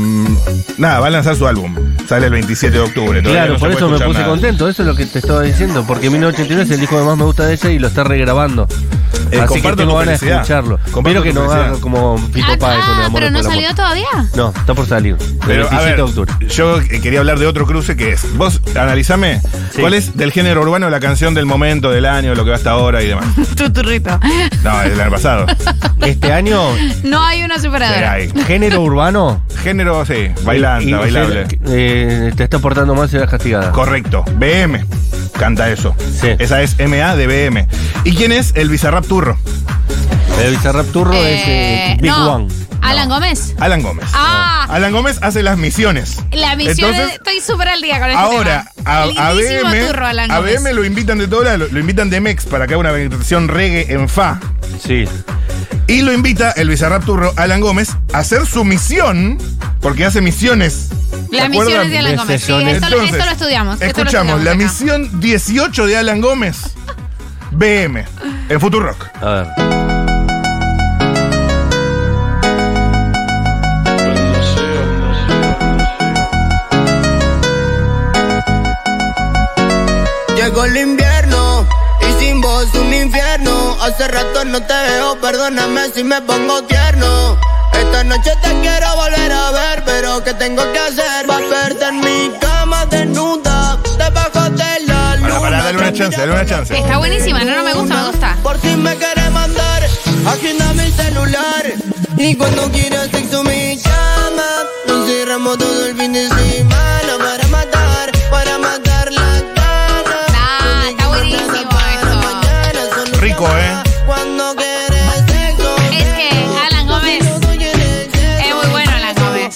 E: nada, va a lanzar su álbum. Sale el 27 de octubre. todavía
D: Claro, por
E: no se puede
D: eso me
E: escuchar
D: puse
E: nada.
D: contento. Eso es lo que te estaba diciendo. Porque 1989 es el disco que más me gusta de ella y lo está regrabando.
E: Eh,
D: Así que
E: comparto
D: tengo
E: tu
D: ganas de
E: felicidad.
D: escucharlo.
E: Comparto
D: Pero que
E: tu
D: no va
E: felicidad.
D: como Pito
B: Ah,
D: Páez con el
B: ah, pero
D: amor
B: no
D: por el amor.
B: salió todavía.
D: No, está por salir. El
E: Pero, a
D: 27
E: ver,
D: de octubre.
E: yo eh, quería hablar de otro cruce que es. Vos analizame
D: Sí.
E: cuál es del género urbano la canción del momento, del año, lo que va hasta ahora y demás.
B: Tuturrito.
E: No, es del año pasado.
D: Este año,
B: No hay una
E: Pero
B: superadora.
E: hay
D: género urbano.
E: Género, sí, bailanta,
D: Y- y-
E: bailable.
D: eh, te estás portando mal, serás castigada.
E: Correcto. BM. Canta eso.
D: Sí.
E: Esa es MA de BM. ¿Y quién es el Bizarrap Turro?
D: El Bizarrap Turro es eh,
B: Eh,
D: Big
B: no,
D: One.
B: Alan Gómez.
E: Alan Gómez.
B: Ah,
E: Alan Gómez hace las misiones.
B: la misión
E: Entonces,
B: es- estoy súper al día con este
E: Ahora,
B: tema.
E: a, a
B: Lindísimo
E: BM,
B: turro, Alan
E: a
B: Gómez.
E: BM lo invitan de toda la- lo, lo invitan de Mex para que haga una versión reggae en Fa.
D: Sí.
E: Y lo invita el Bizarrap Turro Alan Gómez a hacer su misión, porque hace misiones. ¿se
B: Las misiones
E: acuerdan?
B: de Alan Gómez. Sí, esto, lo- esto lo
E: Entonces,
B: estudiamos. esto lo
E: Escuchamos,
B: estudiamos
E: la
B: acá.
E: misión 18 de Alan Gómez. BM, en Futurock.
D: A ver. Ah,
M: Llegó el invierno y sin vos un infierno. Hace rato no te veo, perdóname si me pongo tierno. Esta noche te quiero volver a ver, pero ¿qué tengo que hacer? Va a verte en mi cama desnuda, debajo de la luna.
E: Para, para, dale una chance, dale una chance.
B: Está buenísima, no, no me gusta, me gusta.
M: Por si me quieres mandar, agenda mi celular. Y cuando quieras sexo me llama. Nos cerramos todo el fin de semana para matar, para matar la cara.
B: Ah, está buenísimo esto.
E: Rico, ¿eh?
M: Cuando quieres sexo.
B: Es que Alan Gómez es muy bueno, Alan Gómez.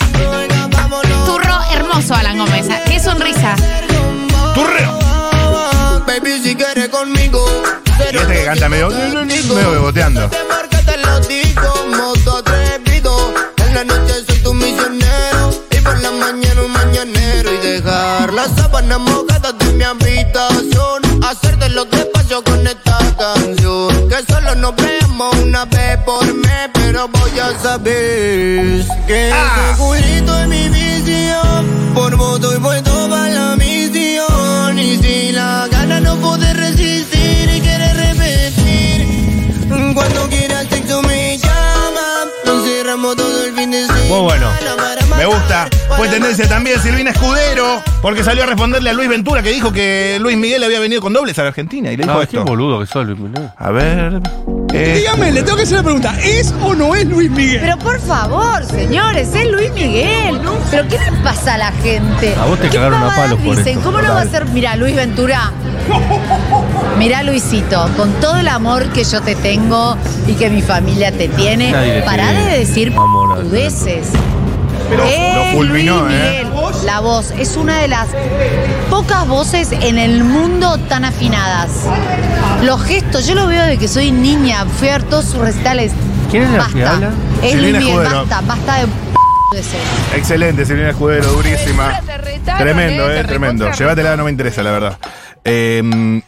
B: Turro hermoso, Alan Gómez. ah, Qué sonrisa.
E: Turreo.
M: Baby, si quieres conmigo.
E: Y este que canta medio, medio beboteando.
M: Marca te lo digo, moto atrevido. En la noche soy tu misionero y por la mañana un mañanero. Y dejar las sábanas mojadas de mi habitación. Hacerte los despachos con esta canción. Que solo nos vemos una vez por mes, pero voy a saber que ese culito es mi visión. Por voto y puesto para la misión. Y si la gana no pude resistir y quieres repetir. Cuando quieras sexo me llama Nos cerramos todo el fin de semana
E: Muy bueno. Me gusta. Fue tendencia también Silvina Escudero, porque salió a responderle a Luis Ventura que dijo que Luis Miguel había venido con dobles a la Argentina y le dijo
D: Ah, qué
E: esto.
D: boludo que sos, Luis Miguel.
E: A ver. eh,
N: Dígame, le tengo que hacer una pregunta. ¿Es o no es Luis Miguel?
O: Pero por favor, señores, es Luis Miguel. ¿Pero qué le pasa a la gente?
D: A vos te
O: ¿Qué
D: cagaron a
O: pavadas
D: palos por
O: dicen?
D: esto.
O: ¿Cómo no va a ser? Mira, Luis Ventura. Mira, Luisito, con todo el amor que yo te tengo y que mi familia te tiene,
D: Nadie le
O: pará
D: tiene
O: de decir
D: amor a
O: peludeces.
E: Pero
O: es
E: lo fulminó,
O: Luis
E: ¿eh?
O: Miguel. La voz es una de las pocas voces en el mundo tan afinadas. Los gestos, yo lo veo de que soy niña, fui a ver todos sus recitales.
D: ¿Quién es la
O: Basta.
D: que habla?
O: Es Luis
E: Silvina
O: Miguel,
E: Escudero.
O: basta, basta de de ser.
E: Excelente, Silvina Escudero, durísima. Tremendo, eh, tremendo. Llévatela, no me interesa, la verdad. Eh,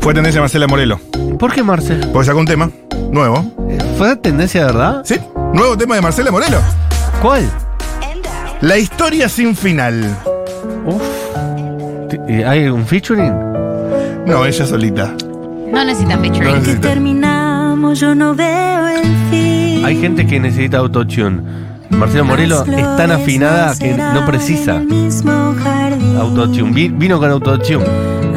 E: fue tendencia Marcela Morelo,
D: ¿Por qué Marcel?
E: porque sacó un tema nuevo.
D: ¿Fue tendencia de verdad?
E: ¿Sí? Nuevo tema de Marcela Morelo.
D: ¿Cuál?
E: La historia sin final.
D: Uf. T- eh, ¿Hay un featuring?
E: No, ella solita.
B: No necesitan
E: No
B: featuring.
E: necesita.
P: terminamos, yo no veo el fin.
D: Hay gente que necesita autotune. Marcelo Morelo es tan afinada que no precisa
P: Mismo jardín.
D: autotune. Vi- vino con autotune.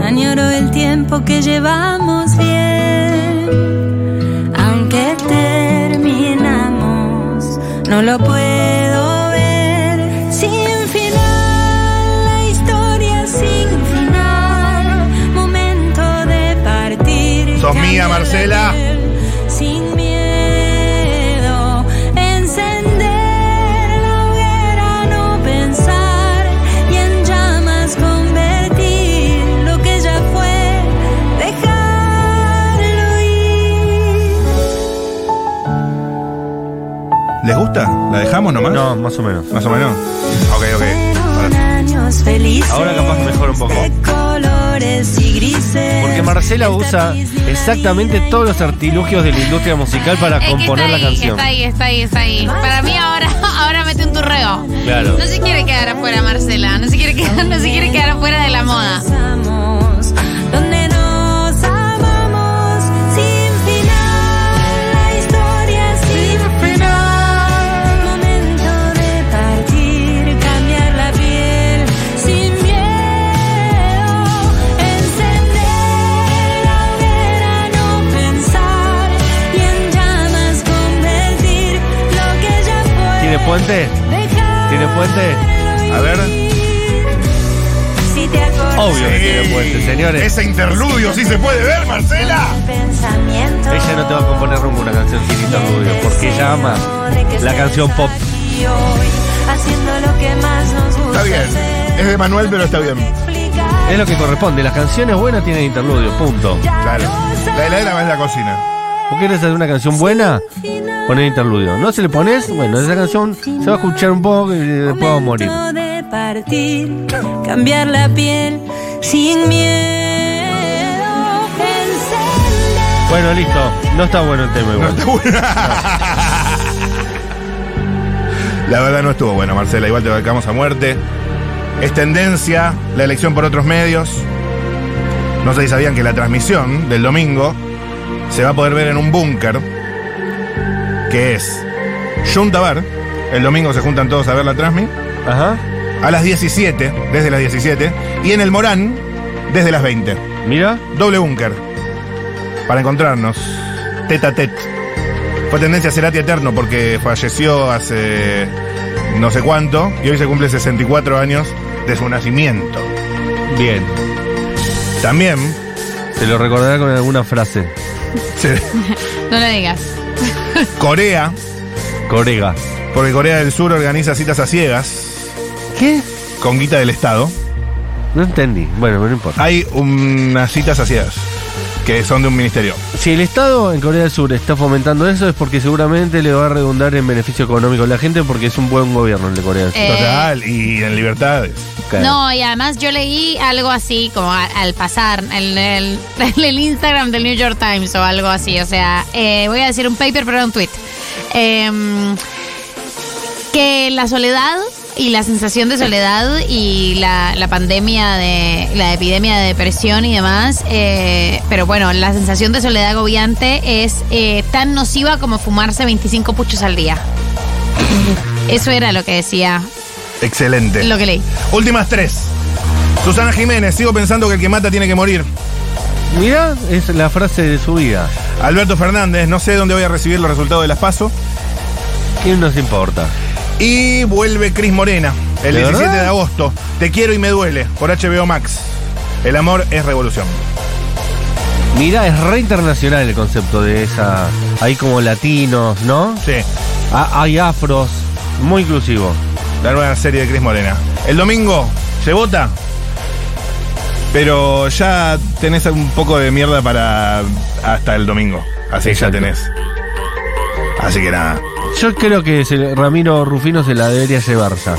P: Añoro el tiempo que llevamos bien. Aunque terminamos, no lo puedo ver. Sin final, la historia sin final. Momento de partir.
E: Sos mía,
P: Cambiar la
E: Marcela.
P: piel Sin miedo, encender la hoguera, no pensar y en llamas convertir lo que ya fue, dejarlo ir.
E: ¿Les gusta? ¿La dejamos nomás?
D: No, más o menos.
E: Más o menos. Ok, ok.
P: Fueron años felices.
D: Ahora capaz mejora un poco.
P: De colores y grises.
D: Porque Marcela usa exactamente todos los artilugios de la industria musical para
B: Es que
D: componer
B: está
D: la
B: ahí,
D: canción.
B: Está ahí, está ahí, está ahí. Para mí ahora, ahora mete un turreo.
D: Claro.
B: No se quiere quedar afuera, Marcela. No se quiere quedar, no se quiere quedar afuera de la moda.
P: Pasamos, donde nos amamos sin final, la historia sin final, momento de partir, cambiar la piel sin miedo, encender la hoguera, no pensar y en llamas convertir lo que ya
D: ¿Tiene
P: fue.
D: puente? ¿Tiene puente?
E: A ver.
P: Si te acuerdas
D: Obvio que tiene puente, señores.
E: Ese interludio sí se puede ver, Marcela.
P: pensamiento.
D: Ella no te va a componer rumbo una canción sin interludio, porque ella ama la canción pop.
P: Y hoy, haciendo lo que más nos
E: Está
P: gusta.
E: bien. Es de Manuel, pero está bien.
P: explicar.
D: Es lo que corresponde. Las canciones buenas tienen interludio, punto.
E: Claro. La heladera va en la cocina.
D: ¿Vos querés hacer una canción buena? Poner interludio. ¿No se le pones? Bueno, esa canción se va a escuchar un poco y después va a morir.
P: de partir, cambiar la piel sin miedo.
D: Bueno, listo. No está bueno el tema igual.
E: La verdad no estuvo bueno, Marcela. Igual te bancamos a muerte. Es tendencia la elección por otros medios. No sé si sabían que la transmisión del domingo se va a poder ver en un búnker que es Junta Bar. El domingo se juntan todos a ver la transmi.
D: Ajá.
E: A las 17, desde las 17. Y en el Morán, desde las 20.
D: Mira.
E: Doble búnker. Para encontrarnos. Tete a tete. Fue tendencia a Cerati Eterno porque falleció hace no sé cuánto y hoy se cumple 64 años de su nacimiento.
D: Bien.
E: También.
D: Se lo recordará con alguna frase.
B: No lo digas.
E: Corea.
D: Corega.
E: Porque Corea del Sur organiza citas a ciegas.
D: ¿Qué?
E: Con guita del Estado.
D: No entendí. Bueno, pero no importa.
E: Hay unas citas a ciegas que son de un ministerio.
D: Si el Estado en Corea del Sur está fomentando eso es porque seguramente le va a redundar en beneficio económico a la gente porque es un buen gobierno el de Corea del Sur.
B: Eh. Total,
E: y en libertades.
B: No, y además yo leí algo así, como a- al pasar, en el, en el Instagram del New York Times o algo así. O sea, eh, voy a decir un paper, pero era un tweet. Em, que la soledad y la sensación de soledad y la, la pandemia de la epidemia de depresión y demás, eh, pero bueno, la sensación de soledad agobiante es eh, tan nociva como fumarse 25 puchos al día. Eso era lo que decía,
E: Excelente.
B: lo que leí.
E: Últimas tres. Susana Jiménez, sigo pensando que el que mata tiene que morir.
D: Mira, es la frase de su vida.
E: Alberto Fernández, no sé dónde voy a recibir los resultados de las PASO.
D: ¿Quién nos importa?
E: Y vuelve Cris Morena, el
D: ¿De
E: 17
D: verdad?
E: de agosto. Te quiero y me duele, por HBO Max. El amor es revolución.
D: Mira, es re internacional el concepto de esa. Hay como latinos, ¿no? Ah,
E: Sí.
D: hay afros, muy inclusivo.
E: La nueva serie de Cris Morena. El domingo, ¿se vota? Pero ya tenés un poco de mierda para hasta el domingo. Así que ya tenés. Así que nada.
D: Yo creo que se- Ramiro Rufino se la debería llevar ya.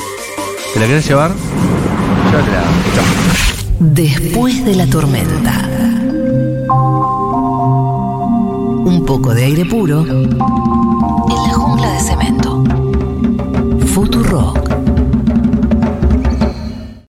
D: ¿Te la querés llevar? Llévatela.
A: Después de la tormenta. Un poco de aire puro en la jungla de cemento. Futurock.